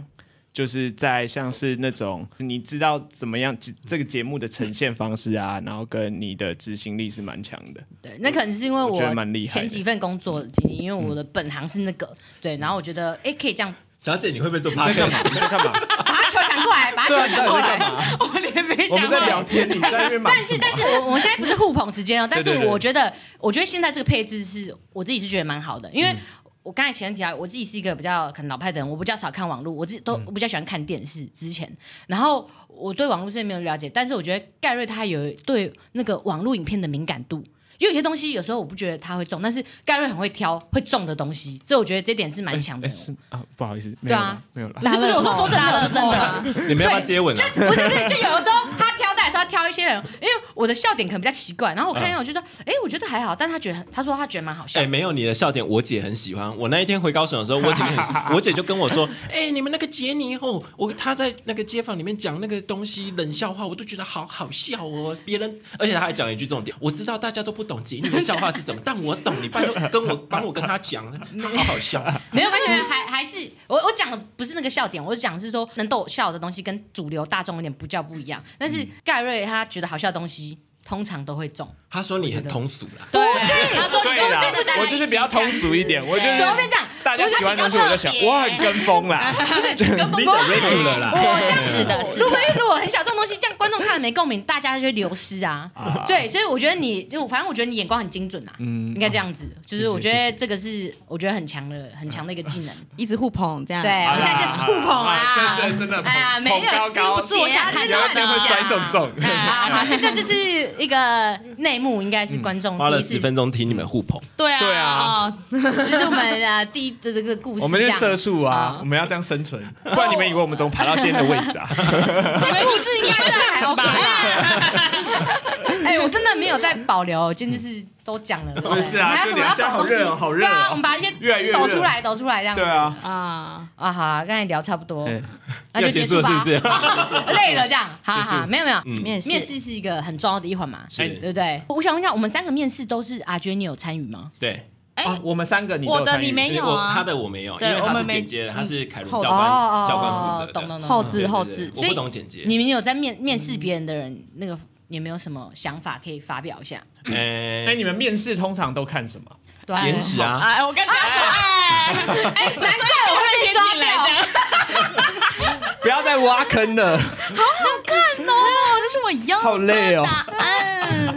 S2: 就是在像是那种你知道怎么样这这个节目的呈现方式啊，然后跟你的执行力是蛮强的。
S1: 对，那可能是因为
S2: 我觉得蛮厉害的嗯
S1: 前几份工作的经历，因为我的本行是那个，对，然后我觉得哎可以 这样
S3: 小姐，你会不会做 p
S2: 你
S3: o
S2: 在
S3: d
S2: 干嘛？你在干嘛？
S1: 把他球抢过来，把
S2: 啊
S1: 他球抢过来，我脸没
S6: 我
S1: 讲
S6: 们在聊
S1: 话。
S6: 天，你在那边忙
S1: 但
S6: 什
S1: 是，
S6: 么
S1: 但是我我现在不是互捧时 间哦，但
S2: 对对
S1: 是
S2: 对
S1: 我觉得，我觉得现在这个配置是我自己是觉得蛮好的，因
S2: 嗯
S1: 为我刚才前面提到，我自己是一个比较可能老派的人，我比较少看网络，我自己都
S2: 嗯
S1: 我比较喜欢看电视。之前，然后我对网络是没有了解，但是我觉得盖瑞他有对那个网络影片的敏感度，因为有些东西有时候我不觉得他会中，但是盖瑞很会挑会中的东西，这我觉得这点是蛮强的。哦
S2: 哎是啊，不好意思，没
S1: 对
S2: 有
S1: 啊
S2: 了，没有了。
S1: 不是不是，我说说真的，我说真的。
S3: 你们要不要接吻啊？
S1: 不是不是，就有的时候他挑带的时候他挑一些人，因为我的笑点可能比较奇怪，然后我看
S2: 嗯
S1: 一下我就说，哎、我觉得还好，但他觉得他说他觉得蛮好笑
S3: 哎、。没有你的笑点，我姐很喜欢。我那一天回高雄的时候，我姐 很我姐就跟我说：“哎、你们那个杰尼哦，我她在那个街坊里面讲那个东西冷笑话，我都觉得好好笑哦。别人，而且她还讲了一句重点，我知道大家都不懂杰尼的笑话是什么，但我懂，你拜托跟我帮我跟她 讲，好好笑。啊
S1: 没有关系，没有还还是我我讲的不是那个笑点，我讲的是说能逗我笑的东西跟主流大众有点不叫不一样。但
S2: 嗯
S1: 是盖瑞他觉得好笑的东西通常都会中，”
S3: 她说你很通俗啦。
S1: 不是，然后啊
S2: 对啦，我就是比较通俗一点，我就
S1: 怎么
S2: 是
S1: 变这样？
S2: 大家喜欢的东西，我就想
S4: 我觉得比较特别
S2: 我很跟风啦。
S1: 跟风
S3: 你
S1: 格
S3: 的 regular
S2: 啊
S3: 啦，
S1: 我这样
S7: 是的是的
S1: 如果如果很小这种东西，这样观众看了没共鸣，大家就会流失啊。对，所以我觉得你就反正我觉得你眼光很精准啊，
S2: 嗯
S1: 应该这样子。就是
S2: 谢
S1: 我觉得这个是我觉得很强的很强的一个技能。
S4: 一直互捧这样。
S1: 对，我
S2: 好啦
S1: 们现在就互捧啦。
S2: 真的 真的，
S1: 哎呀，
S2: 捧
S1: 没有，
S2: 高
S1: 是
S2: 高
S1: 不是我想看
S2: 有
S1: 到
S2: 一天
S1: 的？
S2: 会摔重重。
S1: 啊，好这个就是一个内幕，应该是观众
S3: 花
S1: 第
S3: 了
S1: 一次
S3: 十，分钟听你们互捧，
S4: 对啊，
S2: 对啊
S4: 哦，
S1: 就是我们呃第一的这个故事。
S2: 我们是
S1: 这
S2: 社
S1: 样
S2: 畜啊，我们要这样生存，不然你们以为我们怎么爬到现在的位置啊？
S1: 这个故事应该算还 OK 哎，我真的没有在保留，今天就是都讲了。对不对
S6: 是啊
S1: 还有什么要
S6: 就聊
S1: 保留
S6: 现在好热
S1: 东
S6: 哦
S1: 西
S6: 好热哦
S1: 对啊，我们把一些
S2: 越来越热
S1: 抖出来，抖出来这样。
S2: 对啊，
S4: 啊，
S1: 啊，好啊，刚才聊差不多
S2: 嗯，
S1: 那就
S3: 哎要结
S1: 束
S3: 束了
S1: 吧
S3: 是不。是？
S1: 累了这样，好
S2: 结
S1: 好，
S2: 束
S1: 没有没有，
S4: 面试
S1: 面试是一个很重要的一环嘛，哎
S3: 是
S1: 对不对？我想问一下，我们三个面试都是阿娟，你有参与吗？
S3: 对，
S4: 哎
S2: 啊，我们三个你都
S4: 我的
S2: 参与
S4: 你没有
S3: 我
S4: 啊
S3: 他的我没有，因
S4: 对
S3: 为
S4: 我
S3: 他
S4: 们
S3: 是
S4: 没哦
S3: 剪接的，他是凯伦
S4: 后
S1: 哦
S3: 嗯教官教官负责的，
S1: 懂懂懂。
S4: 后
S1: 懂
S4: 置
S3: 对
S4: 后
S3: 对
S4: 置
S3: 对，我
S1: 所以
S3: 不懂剪接，
S1: 你们有在面面试别人的人，那个有没有什么想法可以发表一下？
S2: 哎，
S3: 哎
S2: 你们面试通常都看什么？
S1: 对啊
S3: 颜值啊，
S4: 哎，我跟大家说，哎，哎，所以我会先进来这样。
S2: 不要再挖坑了，
S4: no，这是我要
S2: 好累哦。
S4: 答案。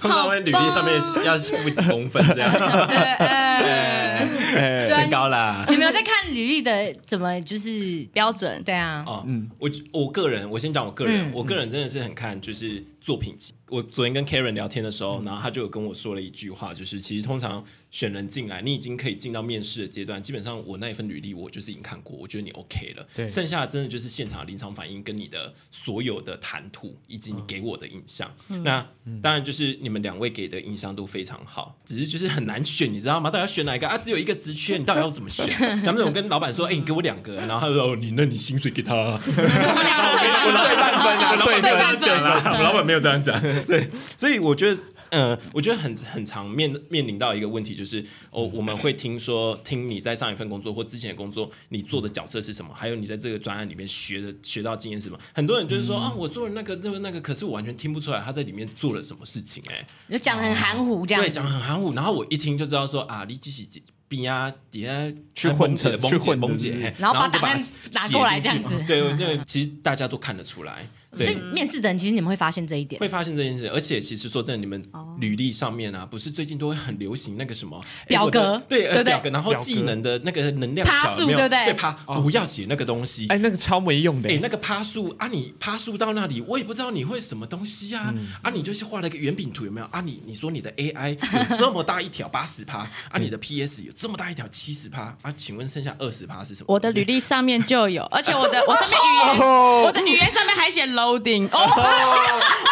S3: 通常会履历上面要负几公分 这样，
S4: 对，哎
S2: 哎
S1: 对啊
S3: 太高啦。
S1: 你们有在看履历的怎么就是？
S4: 标准
S1: 对啊，
S3: 哦，
S2: 嗯
S3: 嗯，我我个人，我先讲我个人，
S1: 嗯
S3: 我个人真的是很看就是作品集。我昨天跟 Karen 聊天的时候，然后他就有跟我说了一句话，就是其实通常选人进来，你已经可以进到面试的阶段，基本上我那一份履历我就是已经看过，我觉得你 OK 了。
S2: 对
S3: 剩下的真的就是现场的临场反应跟你的所有的谈吐以及你给我的印象。那、当然就是你们两位给的印象都非常好，只是就是很难选，你知道吗？到底要选哪一个啊？只有一个职缺，你到底要怎么选？难不成我跟老板说，哎、你给我两个，然后他说，哦，你那你薪水给他、
S4: 我们两个
S3: 我老板半分啊，对
S4: 对半分
S3: 啦，我 老板没有这样讲。对，所以我觉得，嗯，我觉得很很常面面临到一个问题，就是哦，我们会听说，听你在上一份工作或之前的工作，你做的角色是什么，还有你在这个专案里面学的学到经验是什么。很多人就是说啊，我做了那个那个那个，可是我完全听不出来他在里面做了什么事情、哎，
S1: 你就讲得很含糊这样
S3: 对，。讲得很含糊。然后我一听就知道说啊，你自己比啊，底下
S2: 去混
S3: 蒙姐的
S2: 去
S3: 蒙姐
S2: 混的对
S3: 蒙姐，
S1: 然后把
S3: 我就
S1: 档案
S3: 它
S1: 拿
S3: 写
S1: 过来
S3: 进
S1: 这样
S3: 去
S1: 子
S3: 对对，其实大家都看得出来。
S1: 所
S3: 对
S1: 以，面试的人其实你们会发现这一点，
S3: 会发现这件事，而且其实说真的，你们
S1: 哦
S3: 履历上面啊，不是最近都会很流行那个什么哎
S1: 表格
S3: 我的对呃
S1: 对不对
S3: 表格，然后
S2: 表格哦
S3: 技能的那个能量
S1: 趴
S3: 条
S1: 数
S3: 有没有
S1: 对不对
S3: 对？趴不要写那个东西。
S2: 哎，那个超没用的
S3: 哎、，那个趴数啊，你趴数到那里，我也不知道你会什么东西啊，
S2: 嗯
S3: 啊，你就是画了一个圆饼图有没有啊？你你说你的 AI 有这么大一条八十趴，啊，你的 PS 有这么大一条七十趴啊？请问剩下二十趴是什么？
S4: 我的履历上面就有，而且我的我上面语
S2: 哦
S4: 言，我的语言上面还写 loading，哦，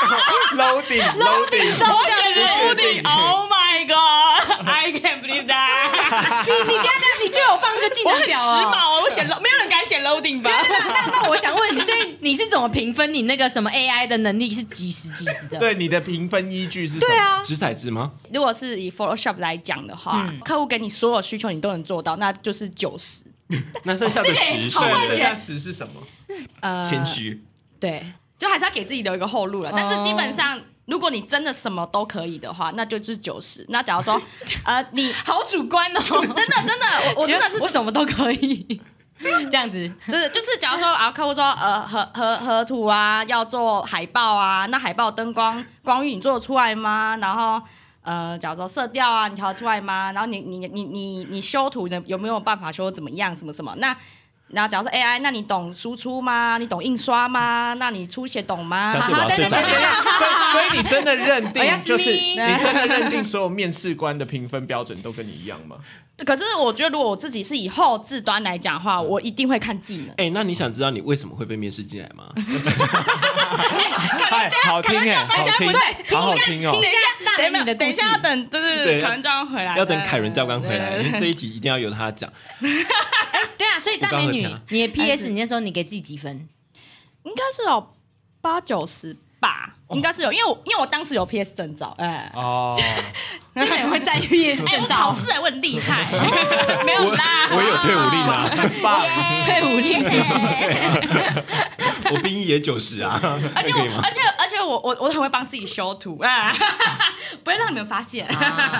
S6: ，loading loading，
S4: 我写 loading，Oh Oh my God，I can't believe that，
S1: 你你刚刚你就有放这个技
S4: 我
S1: 能
S4: 很时
S1: 表哦。
S4: 髦，我啊写 lo，没有人敢写 loading 吧？
S1: 那那我想问你，所以你是怎么评分你那个什么 AI 的能力是几十几十的？
S2: 对你的评分依据是什么？
S1: 对啊，
S3: 掷骰子吗？
S4: 如果是以 Photoshop 来讲的话，客户给你所有需求你都能做到，那就是九十。
S3: 那剩下的十是
S1: 哦好幻
S2: 对，
S1: 觉
S2: 那十是什么？
S4: 呃，
S3: 谦虚，
S4: 对，就还是要给自己留一个后
S1: 哦
S4: 路了。但是基本上，如果你真的什么都可以的话，那就是九十。那假 如说，呃，你
S1: 好主观哦，
S4: 真的真的，我我真的是
S1: 我什么都可以，这样子。
S4: 就是就是，假如说啊，客户说呃，合合合图啊，要做海报啊，那海报灯光光晕你做得出来吗？然后呃，假如说色调啊，你调得出来吗？然后你你你你你修图的有没有办法修怎么样什么什么？那然后假如说 AI，那你懂输出吗？你懂印刷吗？那你出血懂吗？
S3: 小姐我要睡着
S1: 呃好好对对对对。
S2: 所以，所以
S3: 了
S2: 你真的认
S1: 哎呀
S2: 定就是
S1: 咪
S2: 你真的认定所有面试官的评分标准都跟你一样吗？
S4: 可是我觉得，如果我自己是以后字端来讲的话，我一定会看技能。
S3: 哎、那你想知道你为什么会被面试进来吗？
S2: 哎，好听哎，好听，好好听哦
S1: 听一。下大
S4: 等一
S1: 美
S4: 下，
S1: 女的故事
S4: 等一下要等，就是
S3: 对
S4: 凯文教官回来，
S3: 要等凯伦教官回来，
S4: 对
S3: 因为这一题一定要由他讲。
S1: 对啊，所以大美女
S3: 我刚，
S1: 你的 PS 你那时候你给自己几分？
S4: 应该是有八九十吧，应该是有，因为我因为我当时有 PS 证照，哎、
S2: 哦，
S1: 真的很会在意 PS
S4: 哎、
S1: 证
S4: 我考
S1: 照，
S4: 试哎、我很厉害， 没有啦，
S3: 我有退伍令啊，
S2: 很棒，
S1: 退伍令，
S3: 我兵役也九十啊，
S4: 而且我，而且而且我我我很会帮自己修图啊， 不会让你们发现。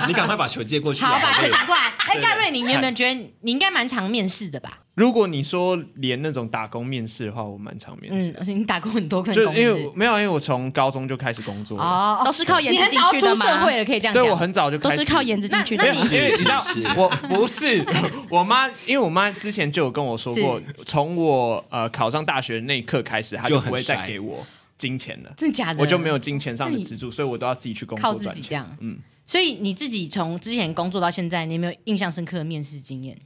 S3: 你赶快把球接过去、啊。
S1: 好，把球
S3: 对
S1: 抢过来。哎，盖瑞，你有没有觉得你应该蛮常面试的吧？
S2: 如果你说连那种打工面试的话，我蛮常面试
S1: 嗯，，而且你打过很多份
S2: 就
S1: 工，
S2: 因
S1: 是
S2: 为
S1: 不是
S2: 没有，因为我从高中就开始工作了，
S1: 哦，
S7: 都是靠颜
S1: 你
S7: 值
S1: 很
S7: 进
S1: 早
S7: 去
S1: 出
S7: 的
S1: 社
S7: 吗？
S1: 会了，可以这样讲。
S2: 对我很早就
S7: 都
S2: 开始
S7: 是靠颜值进去
S1: 那
S7: 的
S2: 没
S1: 那
S7: 吗
S1: 你
S2: 有，因为你知道
S3: 是是，
S2: 我不是我妈，因为我妈之前就有跟我说过，从我呃考上大学那一刻开始，她
S3: 就
S2: 不
S3: 很
S2: 会再
S3: 衰
S2: 给我金钱了，
S1: 真的假的？
S2: 我就没有金钱上
S1: 那
S2: 的
S1: 你
S2: 支柱，所以我都要自己去工
S1: 啊靠
S2: 作
S1: 自
S2: 赚
S1: 己这
S2: 钱。
S1: 样。
S2: 嗯，
S1: 所以你自己从之前工作到现在，你有没有印象深刻的面试经验，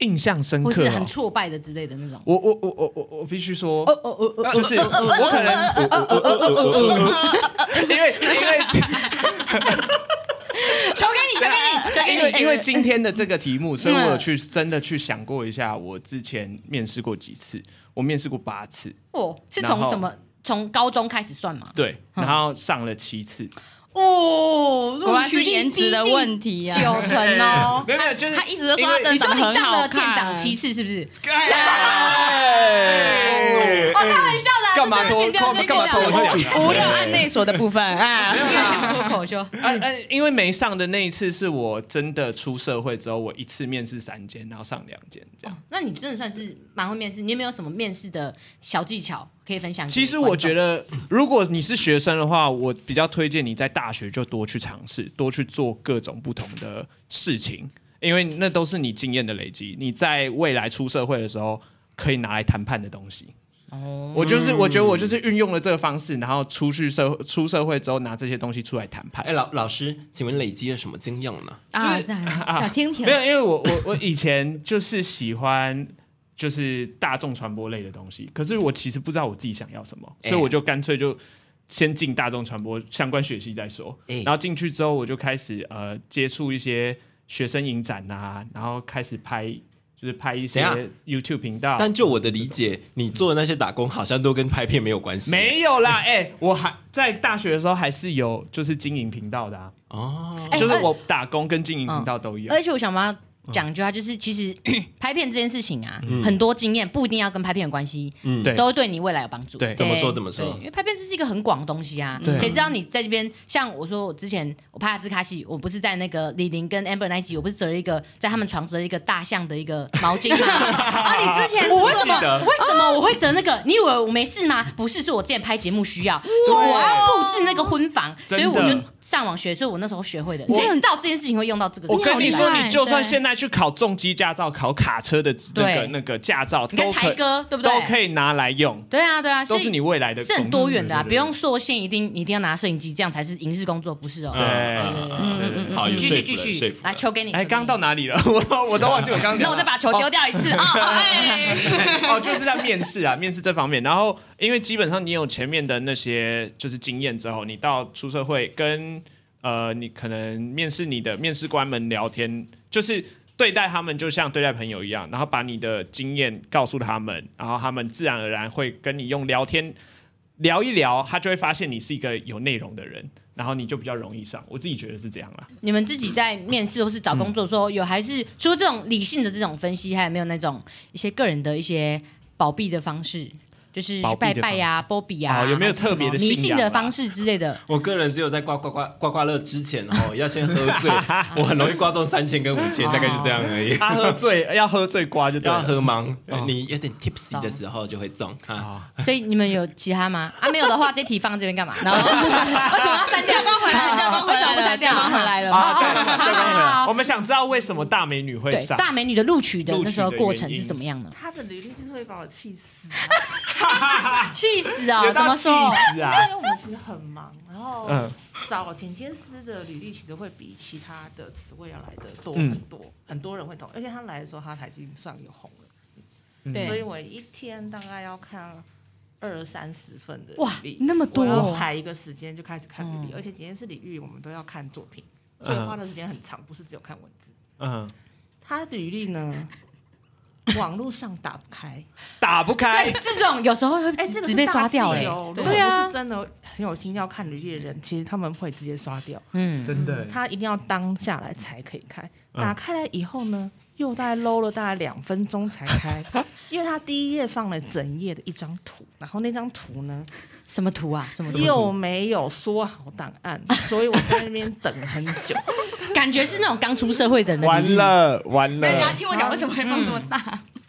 S2: 印象深
S1: 或
S2: 刻
S1: 是
S2: 哦
S1: 很，挫败的之类的那种？
S2: 我我我我我我必须说，
S1: 哦哦哦，
S2: 就是我可能因为因为
S1: 球给你，球给你，球给你
S2: 因为因为
S4: 呃
S2: 今天的这个题目，所以我
S4: 嗯
S2: 有去真的去想过一下，我之前面试过几次，我面试过八次，
S1: 哦，是
S2: 然
S1: 从
S2: 后
S1: 什么？从高中开始算吗？
S2: 对，
S4: 嗯
S2: 然后上了七次，
S1: 哦，
S4: 果然
S1: 录
S4: 是
S1: 取率
S4: 颜值的
S1: 逼近
S4: 问题啊呀、
S1: 九成哦。
S2: 没有没有，就是
S4: 他一直都说
S2: 因为
S4: 他真
S1: 你
S4: 的
S1: 说
S4: 长
S1: 你
S4: 得很
S1: 上
S4: 好
S1: 了
S4: 看，
S1: 店长七次是不 是？
S2: 哎
S1: 哦，开玩笑的啊，
S6: 干嘛
S1: 这真的剪掉
S6: 偷干嘛偷
S1: 这
S6: 我
S1: 个
S6: 讲？
S4: 无聊按内锁的部分啊，
S1: 因为讲脱口秀，
S2: 啊啊！因为没上的那一次是我真的出社会之后，我一次面试三间，然后上两间这样。
S1: 那你真的算是蛮会面试。你有没有什么面试的小技巧可以分享？
S2: 其实我觉，得，如果你是学生的话，我比较推荐你在大学就多去尝试，多去做各种不同的事情，因为那都是你经验的累积，你在未来出社会的时候可以拿来谈判的东西。哦，我就是，我觉得我就是运用了这个方式，然后出去社出社会之后拿这些东西出来谈判
S3: 哎、。老老师，请问累积了什么经验呢？
S4: 啊，
S2: 啊
S4: 小 听
S2: 没有，
S4: 甜，
S2: 因为我我我以前就是喜欢就是大众传播类的东西，可是我其实不知道我自己想要什么，
S3: 哎
S2: 所以我就干脆就先进大众传播相关学系再说。
S3: 哎
S2: 然后进去之后，我就开始呃接触一些学生影展啊，然后开始拍就是拍一些
S3: 等
S2: YouTube 频道。
S3: 但就我的理解，你做的那些打工好像都跟拍片没有关系。
S2: 没有啦，哎、我还在大学的时候还是有就是经营频道的啊，
S3: 哦，
S1: 哎
S2: 就是
S1: 而
S2: 我打工跟经营频道都有。
S1: 而且我想要讲一句话，就是其实
S2: 嗯
S1: 拍片这件事情啊，很多经验不一定要跟拍片有关系，
S3: 嗯，
S2: 对
S1: 都会对你未来有帮助。
S2: 对
S3: 怎么说
S4: 对
S3: 怎么
S1: 对，
S3: 说
S1: 因？为拍片这是一个很广的东西啊，
S2: 对啊
S1: 谁知道你在这边？像我说，我之前我拍阿兹卡西，我不是在那个李玲跟 Amber 那一集，我不是折了一个在他们床折了一个大象的一个毛巾 吗？啊，你之前是
S2: 我会
S1: 什么
S2: 记得
S1: 为什么我会折那个？你以为我没事吗？不是，是我之前拍节目 需要，是我要布置那个婚房，所
S2: 真
S1: 以
S2: 的
S1: 我就上网学，所以我那时候学会的。谁知道这件事情会用到这个？
S2: 我跟你说，
S4: 好厉害
S2: 你就算
S4: 对
S2: 现在去考重机驾照、考卡车的那
S1: 对
S2: 个那个驾照，
S1: 你看
S2: 都可
S1: 台哥对不对
S2: 都？可以拿来用，
S1: 对啊，对啊，
S2: 都
S1: 所以
S2: 是你未来的
S1: 是很
S2: 工
S1: 多
S2: 具
S1: 元的啊，
S2: 对
S1: 不用受限，一定一定要拿摄影机，这样才是影视工作，不是哦。
S2: 对啊
S3: 嗯嗯嗯嗯，好，有
S1: 继
S3: 说
S1: 续
S3: 服
S1: 继
S3: 了
S1: 续
S3: 说服，了
S1: 来球给你。
S2: 哎，
S1: 球给
S2: 刚
S1: 你
S2: 刚到哪里了？ 我我都忘记我刚刚
S4: 那
S2: 讲
S4: 我
S2: 了。
S4: 再把球丢掉一次啊！哎，
S2: 哦，就是在面试啊，面试这方面。然后，因为基本上你有前面的那些就是经验之后，你到出社会跟呃，你可能面试你的面试官们聊天，就是对待他们就像对待朋友一样，然后把你的经验告诉他们，然后他们自然而然会跟你用聊天聊一聊，他就会发现你是一个有内容的人，然后你就比较容易上。我自己觉得是这样啦。
S1: 你们自己在面试或是找工作的时
S2: 嗯
S1: 候，有还是除了这种理性的这种分析，还有没有那种一些个人的一些保庇的方式？就是去拜拜呀、波比呀，
S2: 哦有没有特别的
S1: 还是什么迷
S2: 信
S1: 信
S2: 仰啊
S1: 的方式之类的？
S3: 我个人只有在刮刮刮刮刮乐之前哦，要先喝醉，我很容易刮中三千跟五千，大概就这样而已。
S2: 他喝醉啊要喝醉瓜就对
S3: 要
S2: 了。
S3: 喝盲，你有点 tipsy 的时候就会中啊。
S1: 所以你们有其他吗？啊，没有的话，这题放在这边干嘛？然后 为什么要删掉？光回来，教官
S4: 为
S1: 为
S4: 什
S1: 什
S4: 么
S1: 么
S4: 不
S1: 不
S4: 删
S1: 删
S4: 掉？
S1: 掉？
S4: 回来了，
S2: 啊，对，
S1: 好好好好
S2: 我们想知道为什么大美女会
S1: 对，
S2: 上
S1: 大美女的录取的
S2: 录取的
S1: 那时候过程
S2: 原
S1: 是
S2: 因
S1: 怎么样的？
S5: 他的履历就是会把我气死啊，
S1: 气死哦！
S2: 有
S1: 怎
S2: 到
S1: 么
S2: 气
S1: 说？
S2: 死 啊！
S5: 因为我们其实很忙，然后
S2: 嗯，
S5: 找剪接师的履历其实会比其他的职位要来的多
S2: 嗯
S5: 很多，很多人会投，而且他来的时候他才已经算有红了，所以
S1: 对，
S5: 我一天大概要看。二三十份的
S1: 哇
S5: 履历
S1: 那么多
S5: 我要
S1: 哦
S5: 排一个时间就开始看履历，
S1: 嗯
S5: 而且剪接师履历我们都要看作品，所以
S2: 嗯
S5: 花的时间很长，不是只有看文字。
S2: 嗯，
S5: 他的履历呢， 网络上打不开，
S2: 打 不开，
S1: 哎这种有时候会
S5: 哎，
S1: 直
S5: 这个
S1: 直
S5: 是
S1: 被
S5: 大
S1: 刷掉
S5: 忌
S1: 哎、
S5: 哦如果
S1: 对
S5: 不
S1: 啊
S5: 是，真的很有心要看履历的人，其实他们会直接刷掉。
S1: 嗯，
S6: 真的，
S5: 他一定要当下来才可以开。
S2: 嗯
S5: 打开来以后呢，又大概搂了大概两分钟才 开，因为他第一页放了整页的一张图，然后那张图呢
S1: 什么图啊，什么图，
S5: 又没有说好档案，所以我在那边等很久。
S1: 感觉是那种刚出社会的人的
S2: 完
S1: 履历，
S2: 了完
S4: 人家
S2: 了，
S4: 听我讲为什么会放这么大？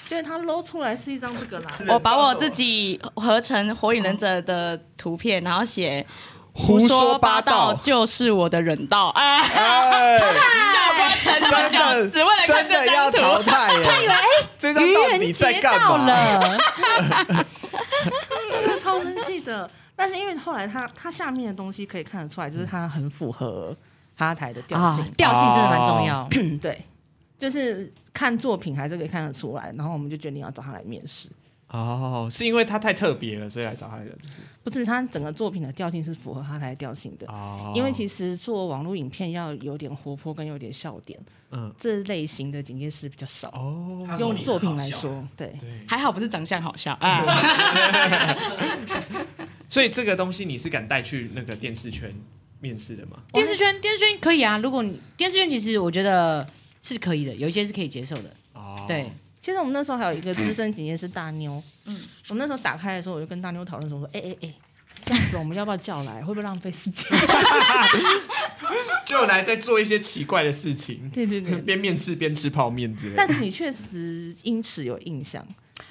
S5: 就是他搂出来是一张这个啦，
S4: 我把我自己合成《火影忍者》的图片，然后写
S2: 胡
S4: 说
S2: 说八
S4: 八道
S2: 道，
S4: 就是我的人道啊！
S6: 哎，
S4: 教官等那么久，
S6: 真
S4: 只为了
S6: 的
S4: 看
S6: 真
S4: 这
S6: 的
S4: 张
S6: 要
S4: 图。
S6: 淘汰耶！他以为哎，这张到底在干
S1: 到
S6: 嘛？
S1: 了，
S5: 我超生气的。但是因为后来他他下面的东西可以看得出来，就是他很符合哈台的调
S1: 啊
S5: 性，，
S1: 调性真的蛮重
S2: 啊
S1: 要。
S5: 嗯对，就是看作品还是可以看得出来。然后我们就决定要找他来面试。
S2: 哦，是因为他太特别了，所以来找他的，就是
S5: 不是，他整个作品的调性是符合哈台调性的，
S2: 哦
S5: 因为其实做网络影片要有点活泼跟有点笑点，
S2: 嗯
S5: 这类型的警戒师比较少。
S2: 哦，
S5: 用作品来说，对，
S4: 还好不是长相好笑啊！
S2: 所以这个东西你是敢带去那个电视圈面试的吗？
S1: 电视圈，电视圈可以啊。如果你电视圈，其实我觉得是可以的，有一些是可以接受的。
S2: 哦，
S1: 对，
S5: 其实我们那时候还有一个资深警戒师大妞，嗯，我那时候打开的时候，我就跟大妞讨论说，哎哎哎，这样子我们要不要叫来？会不会浪费时间？
S2: 就来在做一些奇怪的事情，
S5: 对对对。
S2: 边面试边吃泡面之类的
S5: 但。是你确实因此有印象，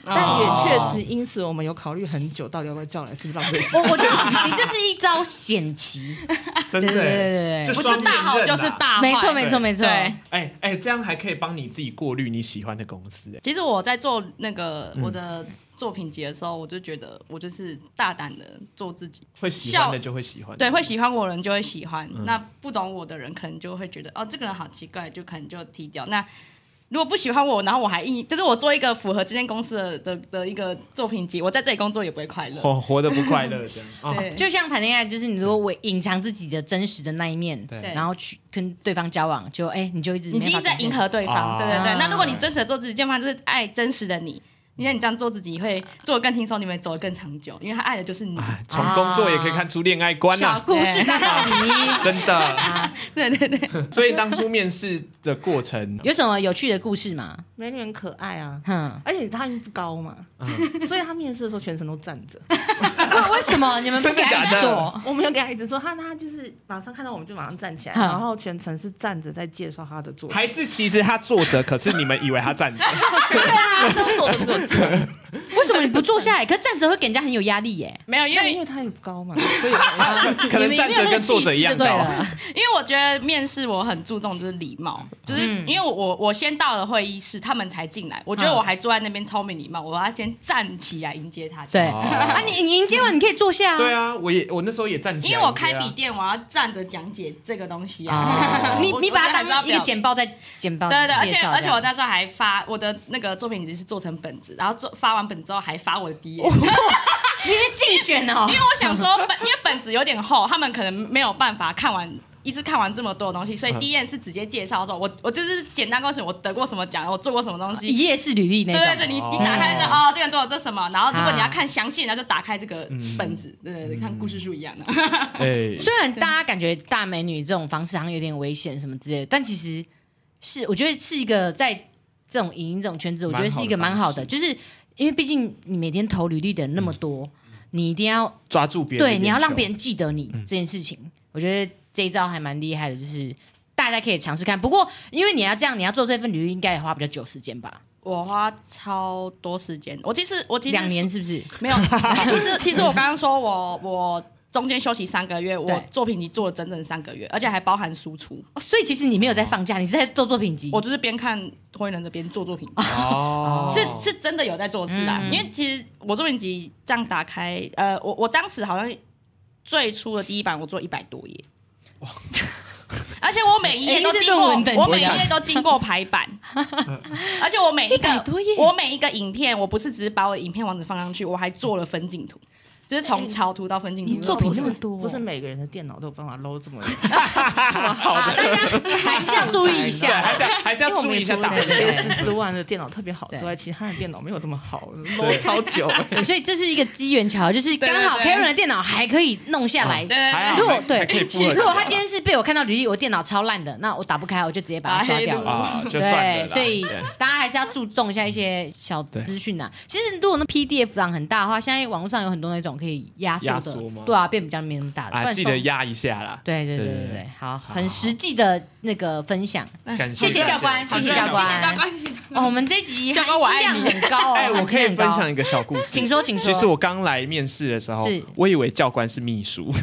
S5: 但也
S4: 哦
S5: 确实因此我们有考虑很久，到底要不要叫来，是不是浪费时 间？
S1: 我我知道，你这是一招险棋，
S2: 真
S1: 对
S2: 的
S1: 对对
S2: 欸，
S1: 对对
S2: 就
S4: 不
S2: 双
S4: 是
S2: 面
S4: 大好
S2: 刃
S4: 就是
S2: 啦
S4: 大坏，
S1: 没错没错
S2: 对
S1: 没错。
S4: 对
S2: 哎哎，这样还可以帮你自己过滤你喜欢的公司。哎
S4: 其实我在做那个我的作品集的时候，我就觉得我就是大胆的做自己，
S2: 会喜欢的就会喜欢，
S4: 对，会喜欢我的人就会喜欢，那不懂我的人可能就会觉得哦，这个人好奇怪，就可能就踢掉。那如果不喜欢我，然后我还硬，就是我做一个符合这间公司的的的一个作品集，我在这里工作也不会快乐。
S2: 活活得不快乐这样。哦
S4: 对，
S1: 就像谈恋爱，就是你如果伪隐藏自己的真实的那一面，
S2: 对
S1: 然后去跟对方交往，就哎，你就一直
S4: 你就
S1: 没
S4: 一
S1: 法
S4: 直在
S1: 展现
S4: 迎，合对
S2: 啊
S4: 方，对对对。那如果你
S2: 对
S4: 真实的做自己，对方就是爱真实的你。因为你这样做自己会做得更轻松，你们走得更长久，因为他爱的就是你。
S2: 哎从工作也可以看出恋爱观
S1: 小
S2: 呐，
S1: 故事大道理。
S2: 真的。
S4: 对对对，
S2: 所以当初面试的过程，
S1: 有什么有趣的故事吗？
S5: 美女很可爱啊，
S1: 哼，
S5: 而且他又不高嘛， 所以他面试的时候全程都站着。
S1: 哇为什么你们不
S2: 真的
S1: 给他
S2: 假的
S1: 做？
S5: 我们有给他一直说，他他就是马上看到我们就马上站起来，
S1: 嗯
S5: 然后全程是站着在介绍他的作品，
S2: 还是其实他坐着，可是你们以为他站着。
S5: 都坐着坐着，
S1: 为什么你不坐下来？可是站着会给人家很有压力耶。
S4: 没有，因
S5: 因为
S4: 为
S5: 因为他也不高嘛，
S2: 可能
S1: 你们
S2: 站着
S1: 有那个
S2: 跟坐
S1: 气
S2: 着
S1: 势
S2: 一样哦
S1: 就对
S2: 高
S1: 了。
S4: 因为我觉得面试我很注重就是礼貌，就是因为我我我先到了会议室，他们才进来，我觉得
S1: 嗯
S4: 我还坐在那边超没礼貌，我要先站起来迎接他。
S1: 对，
S2: 哦
S1: 啊，你你迎接完你可以坐下啊。
S2: 对啊，我也我那时候也站起来，
S4: 因为我开
S2: 对啊
S4: 笔电，我要站着讲解这个东西啊。
S1: 啊，你
S4: 我
S1: 你把它
S4: 我觉得还是要
S1: 当一
S4: 表
S1: 个简报在简报
S4: 对对对，而
S1: 介
S4: 且
S1: 绍
S4: 而且我
S1: 这样
S4: 那时候还发我的那个作品集是做成本子，然后做发完本之后还发我的 D，因为
S1: 哦你是竞选哦，
S4: 我想说本因为本子有点厚，他们可能没有办法看完。一次看完这么多的东西，所以
S2: 嗯
S4: D N 是直接介绍说，我我就是简单告诉你我得过什么奖，我做过什么东西，
S1: 一页式履历那
S4: 对对对，
S1: 种。
S4: 你
S2: 哦
S4: 你打开这哦，啊这个人做了这什么，然后如果你要看详细，然后就打开这个本子，对对对，看故事书一样的。
S2: 哎，
S1: 虽然大家感觉大美女这种方式好像有点危险什么之类的，但其实是我觉得是一个在这种影音这种圈子，我觉得是一个蛮好的，就是因为毕竟你每天投履历的人那么多，你一定要
S2: 抓住别人的眼
S1: 对
S2: 球，
S1: 你要让别人记得你这件事情，我觉得这一招还蛮厉害的，就是。大家可以尝试看，不过因为你要这样，你要做这份履历，应该也花比较久时间吧？
S4: 我花超多时间，我其实我其实
S1: 两年是不是？
S4: 没有，其实其实我刚刚说我我中间休息三个月，我
S1: 对
S4: 作品集做了整整三个月，而且还包含输出，
S1: 哦所以其实你没有在放假，你是在做作品集。
S4: 我就是边看《火影忍者》边做作品集。
S2: 哦，
S4: 是是真的有在做事啦，
S1: 嗯
S4: 因为其实我作品集这样打开，呃，我我当时好像最初的第一版我做一百多页， 而且我每一页都
S1: 已
S4: 经过，
S1: 经是论文等级
S4: 我
S1: 了
S4: 每一页都经过排版，而且我
S1: 哎
S4: 每一个
S1: 100多页
S4: 我每一个影片，我不是只是把我的影片网址放上去，我还做了分镜图。就是从草图到分镜
S5: 你
S4: 图，
S5: 作品这么
S4: 多，
S5: 多，不是每个人的电脑都有办法搂这么多。
S1: 啊，大家还是要注意一
S2: 对，
S1: 下。
S2: 还是要还是
S5: 因为
S2: 要
S5: 我
S2: 注
S5: 们
S2: 意一下
S5: 除了
S2: 大小。
S5: 学士之外的电脑特别好之外，其他的电脑没有这么好，搂超久。
S1: 对，所以这是一个机缘巧合，就是刚好
S4: 对对对
S1: Karen 的电脑还可以弄下来。
S4: 对
S2: 还好
S1: 如果
S2: 还
S1: 对
S2: 还可以复合
S1: 如果他今天是被我看到履历，我电脑超烂的，那我打不开，我就直接把它刷掉
S4: 打黑
S1: 了
S4: 路。
S2: 啊， 就算了
S1: 哦对，
S2: 啦。
S1: 所以
S2: 对
S1: 大家还是要注重一下一些小资讯呐。其实如果那 PDF 档很大的话，现在网络上有很多那种可以压
S2: 压
S1: 缩
S2: 缩
S1: 的
S2: 吗，
S1: 对啊，变比较没那么大的。不
S2: 啊，
S1: 然
S2: 记得
S1: 送
S2: 压一下啦。
S1: 对对对
S2: 对
S1: 对
S2: 对
S1: 对，好，很实际的那个分享。
S2: 感
S1: 谢谢教官，谢
S4: 好
S1: 谢教官，
S4: 谢谢教官，谢谢教
S1: 哦，
S4: 官。
S1: 我们这一集
S4: 教官我
S1: 含
S4: 爱
S1: 金
S4: 你
S1: 量很高哦，
S2: 哎，我
S1: 含金
S2: 可以
S1: 量很
S2: 分
S1: 高
S2: 享一个小故事，
S1: 请说请说
S2: 其实我刚来面试的时候
S1: 是，
S2: 我以为教官是秘书，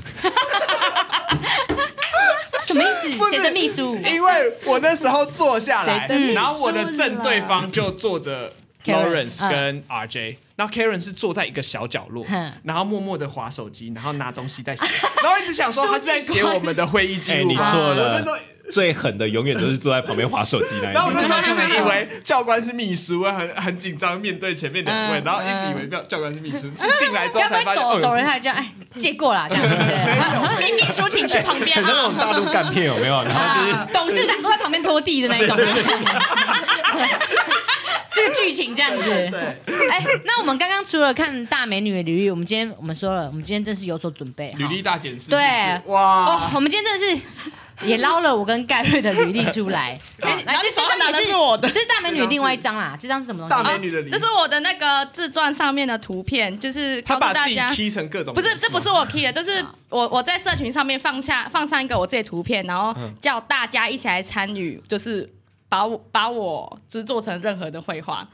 S1: 什么意思？
S6: 不是
S1: 谁的秘书？
S6: 因为我那时候坐下来
S5: 谁，的秘书
S2: 然后我的正对方就坐着
S1: Karen，嗯
S2: Lawrence 跟 RJ，然后 Karen 是坐在一个小角落
S1: 哼，
S6: 然后默默的划手机，然后拿东西在写，然后一直想 说他是在写我们的会议记
S3: 哎，
S6: 录
S3: 你
S6: 吗。
S3: 错
S6: 我那
S3: 了
S6: 时候，
S3: 最狠的永远都是坐在旁边划手机那一
S6: 然后我
S3: 个。
S6: 那时候
S4: 嗯
S6: 一直以为教官是秘书，我很很紧张面对前面两位，
S4: 嗯
S6: 然后一直以为教教官是秘书，是进 来之后
S1: 该
S6: 才
S1: 不
S6: 发
S1: 会
S6: 现，
S1: 走
S6: 哦
S1: 走人他还这样？哎，借过啦，这样子。
S4: 秘秘书，请去旁边
S3: 很像 那种
S4: 啊！
S3: 大陆干片有 没有？然后就是
S1: 啊董事长都在旁边拖地的那一种。 这个剧情这样子，
S6: 对，
S1: 哎，那我们刚刚除了看大美女的履历，我们今天我们说了，我们今天真是有所准备。哈
S2: 履历大检视。
S1: 对，哦
S6: 哇，，
S1: 我们今天真的是也捞了我跟盖瑞的履历出来。哎
S6: 啊
S4: 然后
S1: 这
S4: 你手上拿
S1: 张
S4: 的
S1: 也
S4: 是我的
S1: 这是大美女另外一张啦，这张是什么东
S6: 大
S1: 西？
S6: 美女的礼
S4: 这是我的那个自传上面的图片，就是告
S6: 他
S4: 诉
S6: 把
S4: 大
S6: 自己
S4: 家。
S6: 踢成各种
S4: 不是，这不是我 key 的，就是我我在社群上面放下放上一个我自己的图片，然
S2: 嗯
S4: 后叫大家一起来参与，就是把我把我就是做成任何的绘画。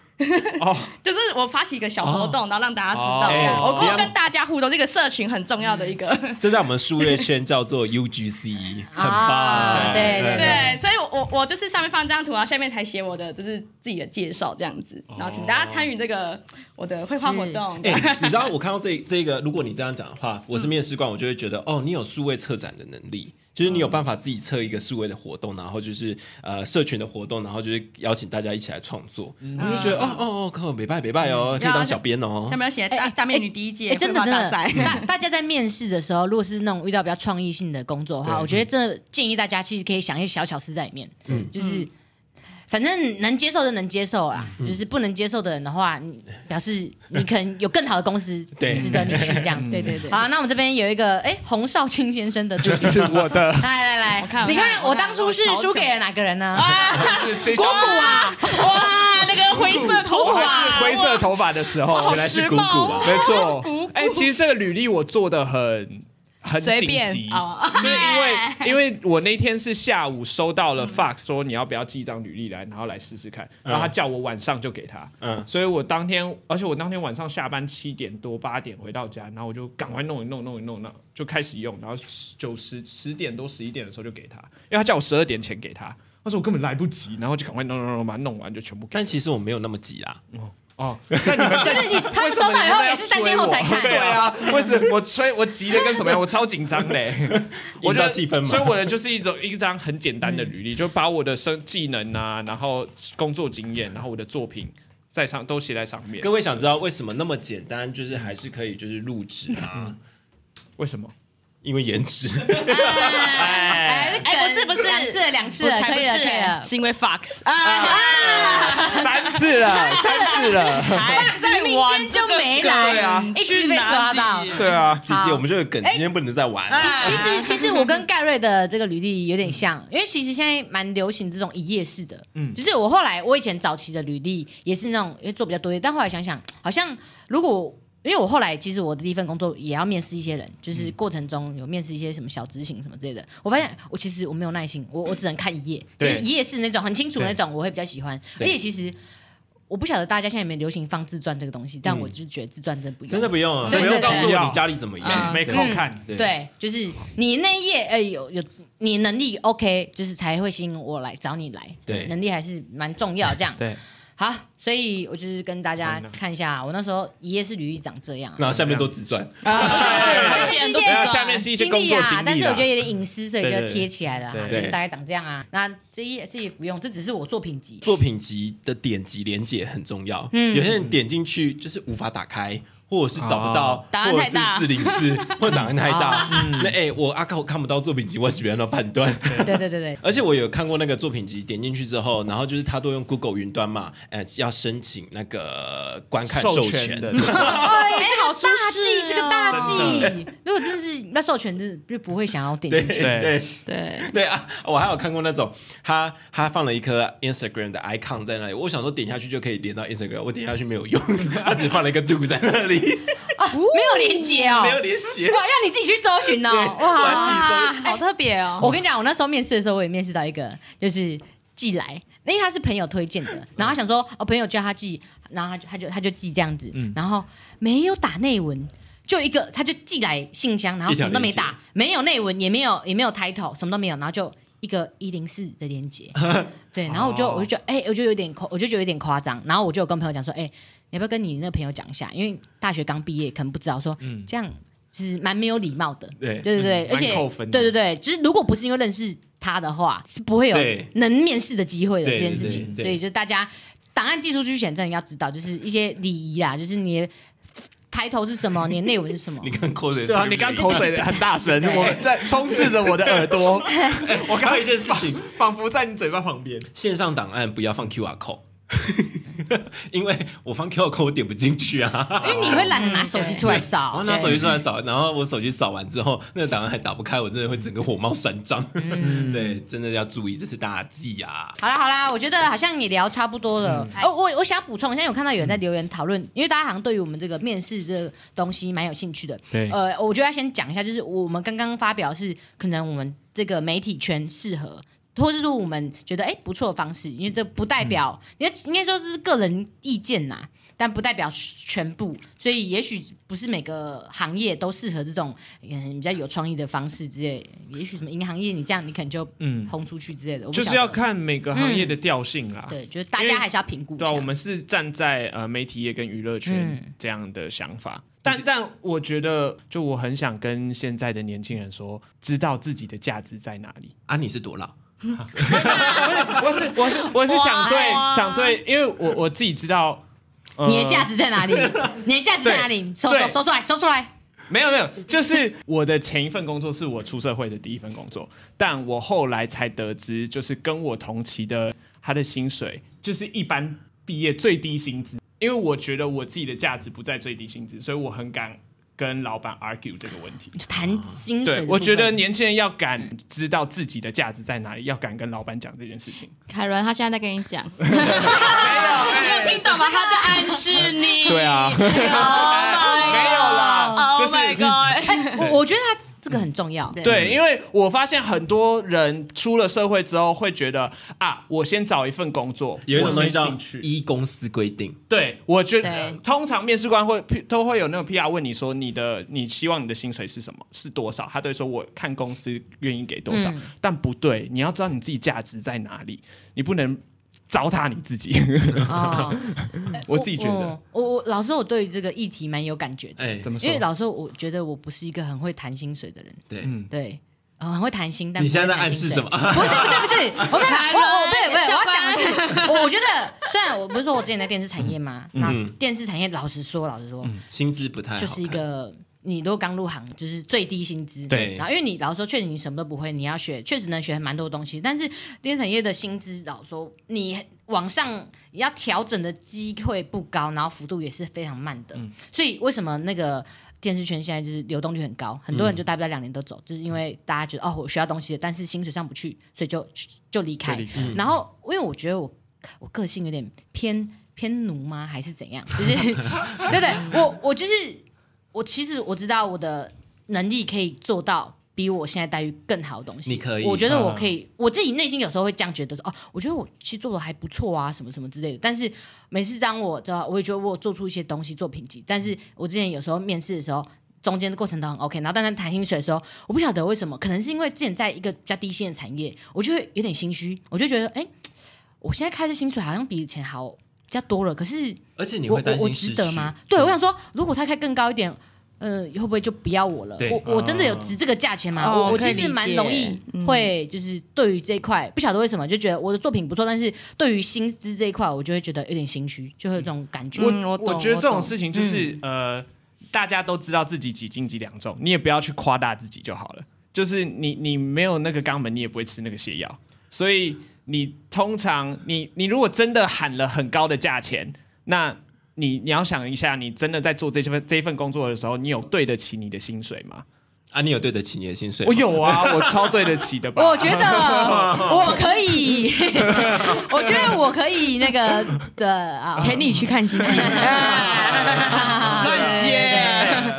S2: 哦，
S4: 就是我发起一个小活动，然后让大家知道。
S2: 哦嗯
S4: 这样我
S2: 哎
S4: 跟我跟大家互动，这个社群很重要的一个。
S3: 这在我们数业圈叫做 UGC，很
S1: 啊
S3: 棒。
S1: 对对
S4: 对，所以我我我就是上面放这张图，然后下面才写我的就是自己的介绍这样
S2: 哦
S4: 子，然后请大家参与这个我的绘画活动。
S3: 哎、你知道我看到这这个，如果你这样讲的话，我是面试官，我就会觉得哦，你有数位策展的能力，就是你有办法自己策一个数位的活动，然后就是呃社群的活动，然后就是邀请大家一起来创作，
S1: 嗯
S3: 我就觉得哦哦哦，可没拜没拜哦，可以当小编哦
S4: 下。面要写
S1: 哎
S4: 大
S1: 哎
S4: 大美女第一届
S1: 哎，真的
S4: 绘
S1: 真
S4: 画大
S1: 的，
S4: 赛。
S1: 大大家在面试的时候，如果是那种遇到比较创意性的工作的话，我觉得这建议大家其实可以想一些小巧思在里面，就是。反正能接受就能接受啦，就是不能接受的人的话，你表示你可能有更好的公司
S3: 对
S1: 值得你去这样子。
S4: 嗯对对对
S1: 好啊，那我们这边有一个哎，洪少卿先生的故事，，
S2: 是我的
S1: 来来来，
S4: 我看我看
S1: 你
S4: 我看
S1: 我当初是
S4: 我超
S1: 输给
S4: 丑
S1: 了哪个人呢？
S2: 是 这
S1: 国母啊，
S4: 哇，那个灰色头
S2: 还
S4: 发，
S2: 是灰色头发的时
S4: 哇，
S2: 候
S4: 啊好，
S3: 来是
S4: 时
S3: 姑姑
S4: 髦
S3: 吧
S4: 哦，
S2: 没错
S4: 鼓鼓。
S2: 哎，其实这个履历我做的很很
S4: 随
S2: 紧
S4: 便
S2: 急，
S4: 哦
S2: 就是因为因为我那天是下午收到了 Fox 说你要不要寄一张履历来，然后来试试看，然后他叫我晚上就给他，
S3: 嗯
S2: 所以我当天，而且我当天晚上下班七点多八点回到家，然后我就赶快弄一弄弄一弄，那就开始用，然后九十十点多十一点的时候就给他，因为他叫我十二点前给他，他说我根本来不及，然后就赶快弄弄弄弄把它弄完就全部给
S3: 但其实我没有那么急啦，
S2: 哦，那你们在
S1: 就是你他们收到以后也是三天后才看，
S2: 对啊，为什么我催我急的跟什么样？我超紧张嘞，我觉
S3: 营造
S2: 得
S3: 气氛嘛。
S2: 所以我的就是一种一张很简单的履历，就把我的生技能啊，然后工作经验，然后我的作品在上都写在上面
S3: 各。位想知道为什么那么简单，就是还是可以就是入职
S1: 嗯
S3: 啊？
S2: 为 什么？
S3: 因为 颜 值，
S1: 哎，
S4: 哎，不是不是，
S1: 两次了两次
S4: 我
S1: 了，
S4: 才
S1: 可
S4: 不
S1: 以
S4: 是
S1: 了可以了。
S4: 是因为 Fox 啊，
S2: 三次了，三次了。
S4: Fox 哎
S1: 在民间就没来，
S6: 对啊
S1: 一直被刷到。
S6: 对啊，
S3: 姐姐，我们这个梗今天不能再玩。
S4: 哎
S1: 其
S3: 嗯
S1: 实其实我跟盖瑞的这个履历有点像，因为其实现在蛮流行这种一页式的，嗯，就是我后来我以前早期的履历也是那种，因为做比较多一点，但后来想想，好像如果因为我后来其实我的第一份工作也要面试一些人，就是
S3: 嗯
S1: 过程中有面试一些什么小执行什么之类的，我发现我其实我没有耐心，我我只能看一页，就
S2: 对
S1: 是一页式那种很清楚的那种，我会比较喜欢，而
S3: 对
S1: 且其实。我不晓得大家现在有没有流行放自传这个东西，但我就是觉得自传真的不一样。
S3: 嗯
S1: 嗯
S3: 真的不用啊，
S1: 真
S3: 不
S1: 的
S3: 用告
S1: 真
S3: 诉
S2: 的
S3: 我你家里怎么样，
S2: 没没
S3: 对
S2: 空看，
S3: 对
S1: 对，就是你那一页，哎、有有你能力 OK，就是才会吸引我来找你来。
S3: 对
S1: 能力还是蛮重要。这样
S2: 对，
S1: 好，所以我就是跟大家看一下，我那时候一页是履历长这样、啊。
S3: 然后下面都自传，
S2: 啊
S1: 对
S4: 谢谢
S1: 对
S4: 都
S1: 对
S4: 知
S2: 然
S4: 道
S2: 后下面是一些
S1: 经
S2: 工
S1: 历
S2: 作经
S1: 啊
S2: 历，
S1: 但是我
S2: 啦
S1: 觉得有点隐私，所以
S2: 对
S1: 就
S2: 对对
S1: 贴起来了啦，就
S2: 对
S1: 是大概长这样啊。那这一页这也不用，这只是我作品集。嗯
S3: 作品集的点击连接很重要。有些人点进去就是无法打开，或者是找不
S2: 哦
S3: 到，
S4: 档案
S3: 或者
S4: 太
S3: 是
S4: 大
S3: 四零 四，或者档案太
S1: 哦
S3: 大。
S1: 嗯
S3: 那哎、我阿靠看不到作品集，我怎么样来判断？
S1: 对对对 对，
S3: 而且我有看过那个作品集，点进去之后，然后就是他都用 Google 云端嘛，呃，要申请那个观看
S2: 授
S3: 权
S2: 权的
S1: 哎，这好舒
S4: 适哦
S1: 这个大忌。如果真是那授权，真的就不会想要点
S3: 对
S1: 进去。
S3: 对
S2: 对
S4: 对，
S3: 对啊，我还有看过那种，他他放了一颗 Instagram 的 icon 在那里，我想说点下去就可以连到 Instagram，我点下去没有用， 他只放了一个 do 在那里，
S1: 哦没有连接哦，
S3: 没有连接
S1: 哇，。要你自己去搜寻哦。
S3: 对我还自己搜
S1: 哇，哎
S4: 好特别哦。
S1: 我跟你讲，我那时候面试的时候，我也面试到一个，就是寄来，因为他是朋友推荐的，然后他想说，哦，朋友叫他寄，然后他就他就他就寄这样子，然后没有打内文。就一个，他就寄来信箱，然后
S3: 一
S1: 什
S3: 条
S1: 么都没
S3: 链接
S1: 打，没有内文，也没有也没有 title，什么都没有，然后就一个一零四的连接， 对，然后我就我就觉得，哎、我就有点夸，我就觉得有点夸张，然后我就有跟朋友讲说，哎、你要不要跟你那个朋友讲一下？因为大学刚毕业，可能不知道说，这样是蛮没有礼貌的。
S3: 嗯对
S1: 对对对，
S2: 嗯
S1: 而且
S2: 蛮扣分的
S1: 对对对，就是如果不是因为认识他的话，是不会有
S3: 对
S1: 能面试的机会的这
S3: 对
S1: 件事情。
S3: 对对对
S1: 所以就大家档案寄出去之前，真的要知道，就是一些礼仪啊，就是你的抬头是 什么，你的内文是什么。
S3: 你看口水，
S2: 对啊，你刚口水很大 声，我在充斥着我的耳朵。
S3: 我刚有一件事情，
S6: 仿佛在你嘴巴旁边。
S3: 线上档案不要放 QR code，因为我放 QR code 我点不进去啊。
S1: 因为你会懒得拿手机出来
S3: 然
S1: 扫
S3: 后，拿手
S1: 对
S3: 机出来扫，然后我手机扫完之后，那个档案还打不开，我真的会整个火冒三丈。
S1: 嗯
S3: 对，真的要注意，这是大忌啊！
S1: 好啦好啦，我觉得好像也聊差不多了。
S4: 嗯
S1: 哦，我我想补充，我现在有看到有人在留言讨论，因为大家好像对于我们这个面试这个东西蛮有兴趣的。
S2: 对
S1: 呃，我觉得要先讲一下，就是我们刚刚发表是可能我们这个媒体圈适合。或是说我们觉得哎、诶不错的方式，因为这不
S2: 嗯
S1: 代表，应该应该说是个人意见呐、但不代表全部，所以也许不是每个行业都适合这种嗯比较有创意的方式之类。也许什么银行业你这样你可能就
S2: 嗯，
S1: 轰出去之类的，我不
S2: 就是
S1: 晓
S2: 要
S1: 得嗯
S2: 看每个行业的调性啦。
S1: 对，就是大家还是要评估一下。
S2: 对啊，我们是站在呃媒体业跟娱乐
S1: 嗯
S2: 圈这样的想法，但但我觉得，就我很想跟现在的年轻人说，知道自己的价值在 哪里。
S3: 啊，你是多老？
S2: 我是我是我是想对想对，因为我我自己知道，呃
S1: 你的价值在哪里？你的价值在哪里？说说
S2: 嗯对
S1: 说出来，说出来。
S2: 没有没有，就是我的前一份工作是我出社会的第一份工作，但我后来才得知，就是跟我同期的他的薪水就是一般毕业最低薪资，因为我觉得我自己的价值不在最低薪资，所以我很敢跟老板 argue 这个问题。
S1: 就谈薪水的
S2: 对，
S1: 部分，
S2: 我觉得年轻人要敢知道自己的价值在哪里，要敢跟老板讲这件事情。
S4: 凯伦他现在在跟你讲，你有听懂吗？他在暗示你。
S2: 哎 对啊，没有 啦，
S4: Oh
S2: 就是
S4: my god！
S1: 我我觉得他这个很重要。
S2: 对，因为我发现很多人出了社会之后会觉得啊，我先找一份工作，
S3: 有一
S2: 我
S3: 种东
S2: 先
S3: 西叫
S2: 进去。
S3: 依公司规定，
S2: 对，我觉得
S4: 对
S2: 通常面试官会都会有那种 PR 问你说你的你希望你的薪水是什么是多少，他都会说我看公司愿意给多少，
S1: 嗯
S2: 但不对，你要知道你自己价值在哪里，你不能糟蹋你 自己。
S1: 哦，哎
S2: 我自己觉得，
S1: 我我我老师，我对于这个议题蛮有感觉的，
S3: 哎，
S2: 怎么
S1: 因
S2: 说
S1: 为？老师，我觉得我不是一个很会谈薪水的人。
S3: 对，
S2: 嗯
S1: 对，呃很会谈心，但
S3: 你
S1: 不会
S3: 现在在
S1: 谈
S3: 暗
S1: 薪
S3: 示
S1: 水
S3: 什么？
S1: 不是不是不是，我 没有
S4: 谈
S1: 我我
S4: 论
S1: 对不对，我要
S4: 教官
S1: 讲的是，我我觉得虽然我不是说我之前在电视产业嘛，
S3: 嗯
S1: 那电视产业老实说，老实说，
S3: 薪资不太好
S1: 就是一
S3: 看
S1: 个你如果刚入行，就是最低薪资。
S3: 对
S1: 然后因为你老实说，确实你什么都不会，你要学，确实能学蛮多东西。但是电产业的薪资，老实说你往上要调整的机会不高，然后幅度也是非常慢的。
S3: 嗯
S1: 所以为什么那个？电视圈现在就是流动率很高，很
S3: 嗯
S1: 多人就待不了两年都走，就是因为大家觉得哦，我学到东西了，但是薪水上不去，所以就就离开。
S2: 就离开
S3: 嗯
S1: 然后因为我觉得我我个性有点偏偏奴吗，还是怎样？ 就是对对，我我就是我，其实我知道我的能力可以做到比我现在待遇更好的东西。
S3: 你可以嗯
S1: 我觉得我可以，我自己内心有时候会这样觉得说，哦，我觉得我其实做的还不错啊，什么什么之类的。但是每次当我知道，我也觉得我有做出一些东西做评级，但是我之前有时候面试的时候。中间的过程都很 OK，然后但在谈薪水的时候，我不晓得为什么，可能是因为之前在一个比较低薪的产业，我就会有点心虚，我就觉得，哎、我现在开的薪水好像比以前好比较多了，可是
S3: 而且你
S1: 我
S3: 会
S1: 我
S3: 担
S1: 我
S3: 心
S1: 值
S3: 失嗯
S1: 得
S3: 去
S1: 吗？对，我想说，如果他开更高一点，呃，会不会就不要我了？
S3: 对
S1: 我我真的有值这个价钱吗？
S4: 哦
S1: 我我
S4: 可以
S1: 其实
S4: 理
S1: 蛮
S4: 解
S1: 容易
S4: 嗯
S1: 会就是对于这一块不晓得为什么就觉得我的作品不错，但是对于薪资这一块，我就会觉得有点心虚，就会有这种感觉。
S2: 我
S4: 嗯我懂
S2: 觉得这
S4: 我懂
S2: 种事情就是、呃，大家都知道自己几斤几两重，你也不要去夸大自己就好了。就是你你没有那个肛门，你也不会吃那个泻药，所以你通常你你如果真的喊了很高的价钱，那你你要想一下，你真的在做这份这份工作的时候，你有对得起你的薪水吗？
S3: 啊，你有对得起你的薪水吗？
S2: 我有啊，我超对得起的 吧？
S1: 我觉 得我可以，我觉得我可以那个的 啊，
S7: 陪你去看 星星，
S1: 乱接。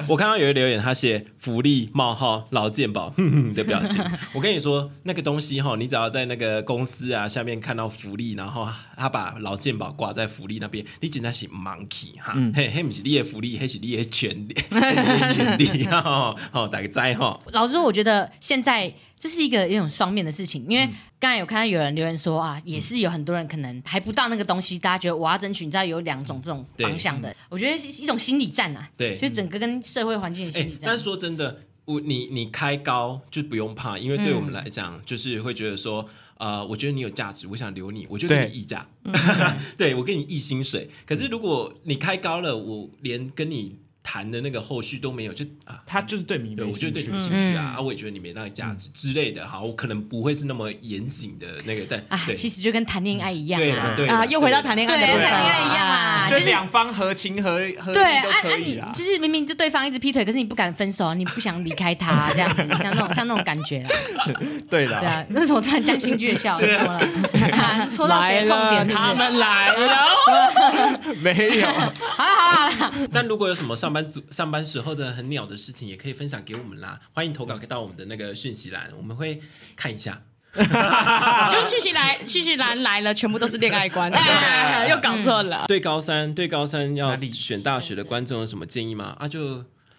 S3: 我看到有一留言，他写福利冒号劳健保 哼哼的表情。我跟你说，那个东西哈，你只要在那个公司啊下面看到福利，然后他把劳健保挂在福利那边，你简单是 monkey 哈，嘿，嘿不是你的福利，嘿是你的权利， 嘿是你的权利 哈，哦，哦打个灾哈，
S1: 老实说，我觉得现在这是一个有种双面的事情，因为刚才有看到有人留言说啊，也是有很多人可能还不到那个东西，大家觉得我要争取，你知道有两种这种方向的，我觉得是一种心理战啊，
S3: 对
S1: 就是整个跟社会环境的
S3: 哎、
S1: 心理战
S3: 但。是说真的，我你你开高就不用怕，因为对我们来讲，就是会觉得说。呃，我觉得你有价值，我想留你，我就跟
S2: 对
S3: 你议价，
S1: 嗯
S3: 对我跟你议薪水。可是如果你开高了，我连跟你谈的那个后续都没有，就啊，
S2: 他就是对你
S3: 对
S2: 没
S3: 我觉得对
S2: 兴
S3: 你
S2: 趣嗯
S3: 没兴趣
S1: 嗯
S3: 啊，啊，我也觉得你没那个价值之类的。好，我可能不会是那么严谨的那个，但
S1: 啊，
S3: 对
S1: 其实就跟谈恋爱一样
S3: 对
S1: 啊
S3: 啦，对啦
S7: 啊，又回到
S3: 对啦
S7: 谈恋
S1: 对，
S7: 爱的
S1: 跟
S7: 部分
S1: 谈恋爱一样啊，
S2: 就
S1: 就是
S2: 两方合情合合
S1: 对，
S2: 理
S1: 啊
S2: 都
S1: 啊
S2: 可以
S1: 你
S2: 啦。
S1: 就是明明就对方一直劈腿，可是你不敢分手，啊你不想离开他，这样子，像那种像那种感觉啦，
S2: 对的
S1: 对啊，那时候突然将心俱笑，怎么了？啊戳到谁的痛点是不是？
S2: 们来了， 没有，
S1: 好了好了好了，
S3: 但如果有什么上班族上班时候的很鸟的事情，也可以分享给我们啦。欢迎投稿到我们的那个讯息栏，我们会看一下。
S4: 就是讯息来，讯息栏来了，全部都是恋爱观， 哎又搞错 了。
S3: 对高三，对高三
S2: 哪
S3: 要
S2: 里
S3: 选大学的观众有什么建议吗？啊，就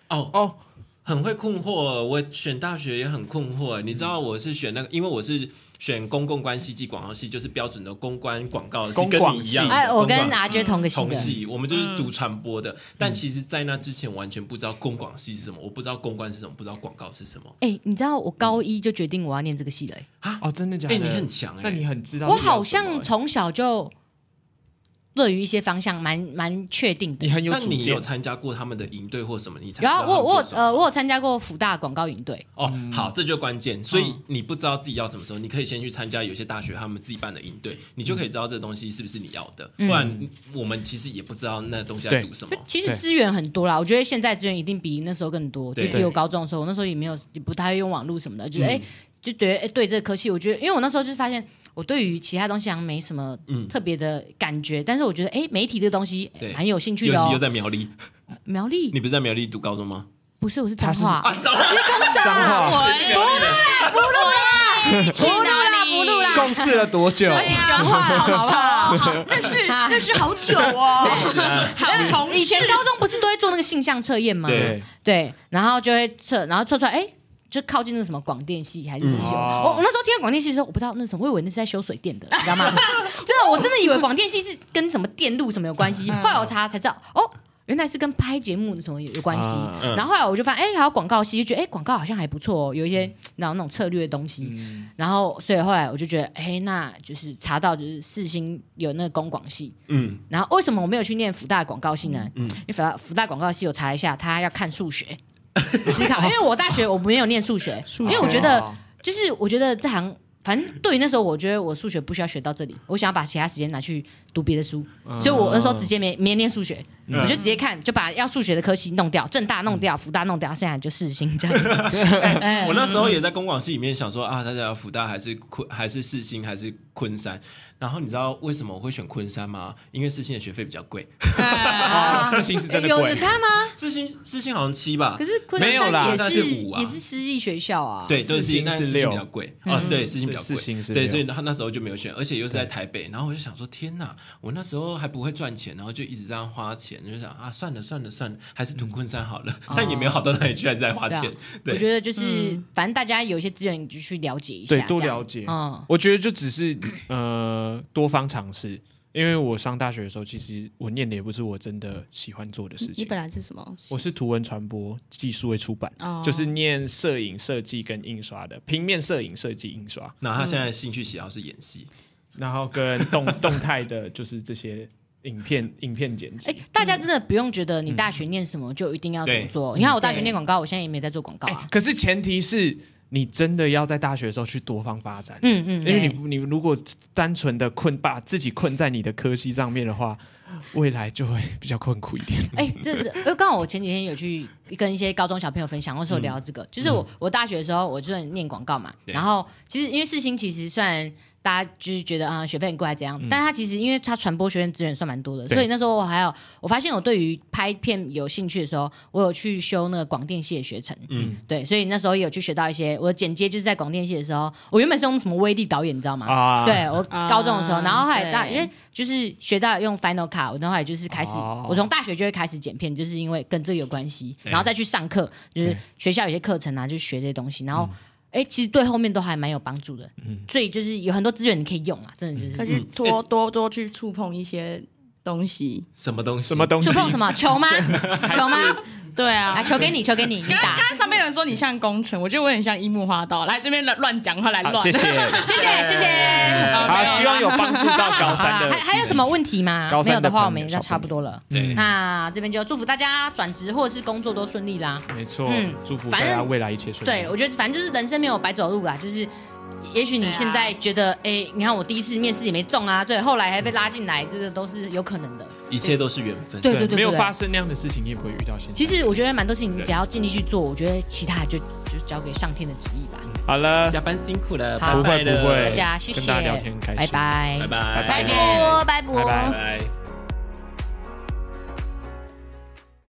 S3: 哦
S2: 哦，
S3: 很会困惑。我选大学也很困惑。你知道我是选那个，因为我是选公共关系暨广告系，就是标准的公关广告系，
S2: 公
S3: 跟
S2: 广
S3: 你一
S2: 系
S3: 样的。
S1: 哎，我跟
S3: 公广
S1: 阿娟同个系
S3: 同
S1: 的，
S3: 系，我们就是读传播
S2: 嗯
S3: 的。但其实，在那之前完全不知道公广系是什么，我不知道公关是什么，不知道广告是什么。
S1: 哎，你知道我高一就决定我要念这个系了，哎
S2: 哦，真的假的？
S3: 哎、你很强哎、
S2: 那你很知道
S1: 我
S2: 自己要什么欸，
S1: 好像从小就对于一些方向蛮蛮确定的
S2: 你。很有
S3: 那
S2: 主
S3: 你
S2: 见
S3: 有，参加过他们的营队或什么？你才知
S1: 然
S3: 道
S1: 后我我
S3: 他们做什么
S1: 呃我有参加过福大广告营队，
S3: 哦，好，这就关键。所以你不知道自己要什么时候，你可以先去参加有些大学他们自己办的营队，你就可以知道这东西是不是你要的。不然我们其实也不知道那东西在读什么
S1: 就。其实
S2: 对
S1: 资源很多啦，我觉得现在资源一定比那时候更多，就
S3: 对
S1: 比我高中的时候，我那时候也没有也不太会用网络什么的，就是哎、就觉得哎、对这个科系，我觉得因为我那时候就是发现我对于其他东西好像没什么
S3: 嗯
S1: 特别的感觉，但是我觉得哎、媒体这个东西哎
S3: 对
S1: 蛮有兴趣
S3: 尤
S1: 的
S3: 其
S1: 哦
S3: 又。在苗栗，
S1: 苗栗
S3: 你不是在苗栗读高中吗？
S1: 不是我是彰化，
S3: 啊，糟了，
S4: 不录啦，不录啦，
S2: 共事了多久？
S4: 啊
S1: 彰化好不好？
S4: 认识认识 好久哦，还有同
S1: 以前高中不是都会做那个性向测验吗？
S3: 对
S1: 对，然后就会测，然后测出来，哎，就靠近那个什么广电系还是
S3: 哦
S1: 什么系。
S2: 嗯
S1: 我我那时候听到广电系的时候，我不知道那是什么，我以为那是在修水 电的，你知道吗？真的，我真的以为广电系是跟什么电路什么有关
S3: 嗯
S1: 系。后来我查才知道，哦。原来是跟拍节目什么有有关系，
S2: 啊
S3: 嗯
S1: 然后后来我就发现，哎、还有广告系，就觉得哎，广告好像还不错哦，有一些
S3: 嗯
S1: 然后那种策略的东西，然后所以后来我就觉得，哎，那就是查到就是世新有那个公广系，
S3: 嗯，
S1: 然后为什么我没有去念福大广告系呢？
S3: 嗯
S1: 因为福大福大广告系我查一下，他要看数学，只 考。因为我大学我没有念数学，因为我觉得
S2: 哦
S1: 就是我觉得这行，反正对于那时候我觉得我数学不需要学到这里，我想要把其他时间拿去读别的书，所以我那时候直接没没念数学，
S2: 嗯
S1: 我就直接看就把要数学的科系弄掉，正大弄掉，福大弄掉，剩下就世新这样。 哎
S3: 我那时候也在公广系里面想说啊，大家要福大还是昆还是世新还是昆山？然后你知道为什么我会选昆山吗？因为世新的学费比较贵，
S2: 啊世新是真的
S1: 有有
S2: 贵
S1: 差吗？
S3: 世新世新好像七吧
S1: 可，是昆
S2: 没有啦
S1: 山也
S3: 那
S1: 是
S3: 是五啊
S1: 也是私立学校啊。
S3: 对，对，
S2: 世
S3: 世新
S2: 新
S3: 但
S2: 是
S3: 世新
S2: 六嗯
S3: 比较贵啊，对，世新比较
S2: 对
S3: 贵
S2: 世新，是
S3: 对，
S2: 六
S3: 所以他那时候就没有选，而且又是在台北，然后我就想说，天哪，我那时候还不会赚钱，然后就一直这样花钱，就想啊，算了算了算了，还是读昆山好了，
S2: 嗯
S3: 但也没有好到哪里去，还是在
S2: 哦
S3: 花钱
S2: 啊
S1: 对，
S3: 对
S1: 我觉得就是，反正大家有一些资源，你就去了解一下，
S2: 对，多
S1: 这样
S2: 了解。
S1: 嗯，
S2: 我觉得就只是呃多方尝试，因为我上大学的时候，其实我念的也不是我真的喜欢做的事
S7: 你
S2: 情
S7: 本。来是什么？
S2: 我是图文传播技术会出版，
S7: 哦
S2: 就是念摄影设计跟印刷的，平面摄影设计印刷，
S3: 然后他现在兴趣喜好是演戏，
S2: 然后跟动动态的，就是这些影片影片剪辑。
S1: 哎，大家真的不用觉得你大
S2: 嗯
S1: 学念什么就一定要怎么
S3: 对
S1: 做。你看我大学
S5: 对
S1: 念广告，我现在也没在做广告
S2: 哎、
S1: 啊。
S2: 可是前提是你真的要在大学的时候去多方发展，
S1: 嗯嗯，
S2: 因
S1: 对，
S2: 为哎你你如果单纯的困把自己困在你的科系上面的话，未来就会比较困苦一点。
S1: 哎，这这，因为刚好我前几天有去跟一些高中小朋友分享，那时候聊到这个，就是我我大学的时候，我就是念广告嘛，
S3: 对
S1: 然后其实因为世新其实虽然大家就是觉得啊、学费很贵还怎样，但它其实因为它传播学院资源算蛮多的，
S2: 对
S1: 所以那时候我还有我发现我对于拍片有兴趣的时候，我有去修那个广电系的学程，
S3: 嗯
S1: 嗯，对，所以那时候也有去学到一些我的剪接，就是在广电系的时候，我原本是用什么威力导演，你知道吗？
S2: 啊
S1: 对我
S4: 啊
S1: 高中的时候，然后后来大，
S4: 对
S1: 因为就是学到用 Final Cut，我然后后来就是开始，
S2: 哦
S1: 我从大学就会开始剪片，就是因为跟这个有关系，
S3: 对
S1: 然后再去上课，就是
S2: 对嗯
S1: 学校有些课程啊，就学这些东西，然后哎、诶其实对后面都还蛮有帮助的，所以就是有很多资源你可以用啊，真的就是。
S2: 嗯
S4: 可以多多多去触碰一些东西。
S3: 什么东西？
S2: 什么东西
S1: 触？碰什么啊球 吗？球吗？
S4: 对啊
S1: 啊，，球给你，球给你，你
S4: 刚刚
S1: 打。
S4: 刚上面有人说你像工程，我觉得我很像樱木花道，来这边乱乱讲话，来
S2: 好，
S4: 乱。
S2: 谢谢。
S1: 谢谢，谢谢。
S2: 哎
S1: 哦
S2: 好，希望有帮助到高
S1: 好
S2: 三
S1: 啦
S2: 的。
S1: 还还有什么？问题吗？
S2: 高
S1: 没
S2: 三
S1: 有
S2: 的
S1: 的话，
S2: 朋友
S1: 我们也就差不多了。
S3: 对，
S1: 那这边就祝福大家转职或者是工作都顺利啦。
S2: 没错
S1: 嗯，
S2: 祝福大
S1: 反正
S2: 家未来一切顺利。
S1: 对，我觉得反正就是人生没有白走路啦，就是。也
S2: 啊
S1: 许你现在觉得，哎、你看我第一次面试也没中啊，对，后来还被拉进来，这个都是有可能的。
S3: 一切都是缘分。
S1: 对对对对
S2: 没有
S1: 对
S2: 发生那样的事情，你也不会遇到现在。
S1: 其实我觉得蛮多事情，你
S2: 对
S1: 只要尽力去做，我觉得其他就就交给上天的旨意吧。
S2: 好了，
S3: 加班辛苦了，
S1: 好
S3: 拜拜了
S2: 不会不会
S1: 大家谢谢，
S2: 跟大家聊天很开心
S1: 拜拜，拜
S2: 拜
S3: 拜拜，
S1: 拜
S7: 拜拜
S2: 拜拜
S3: 拜。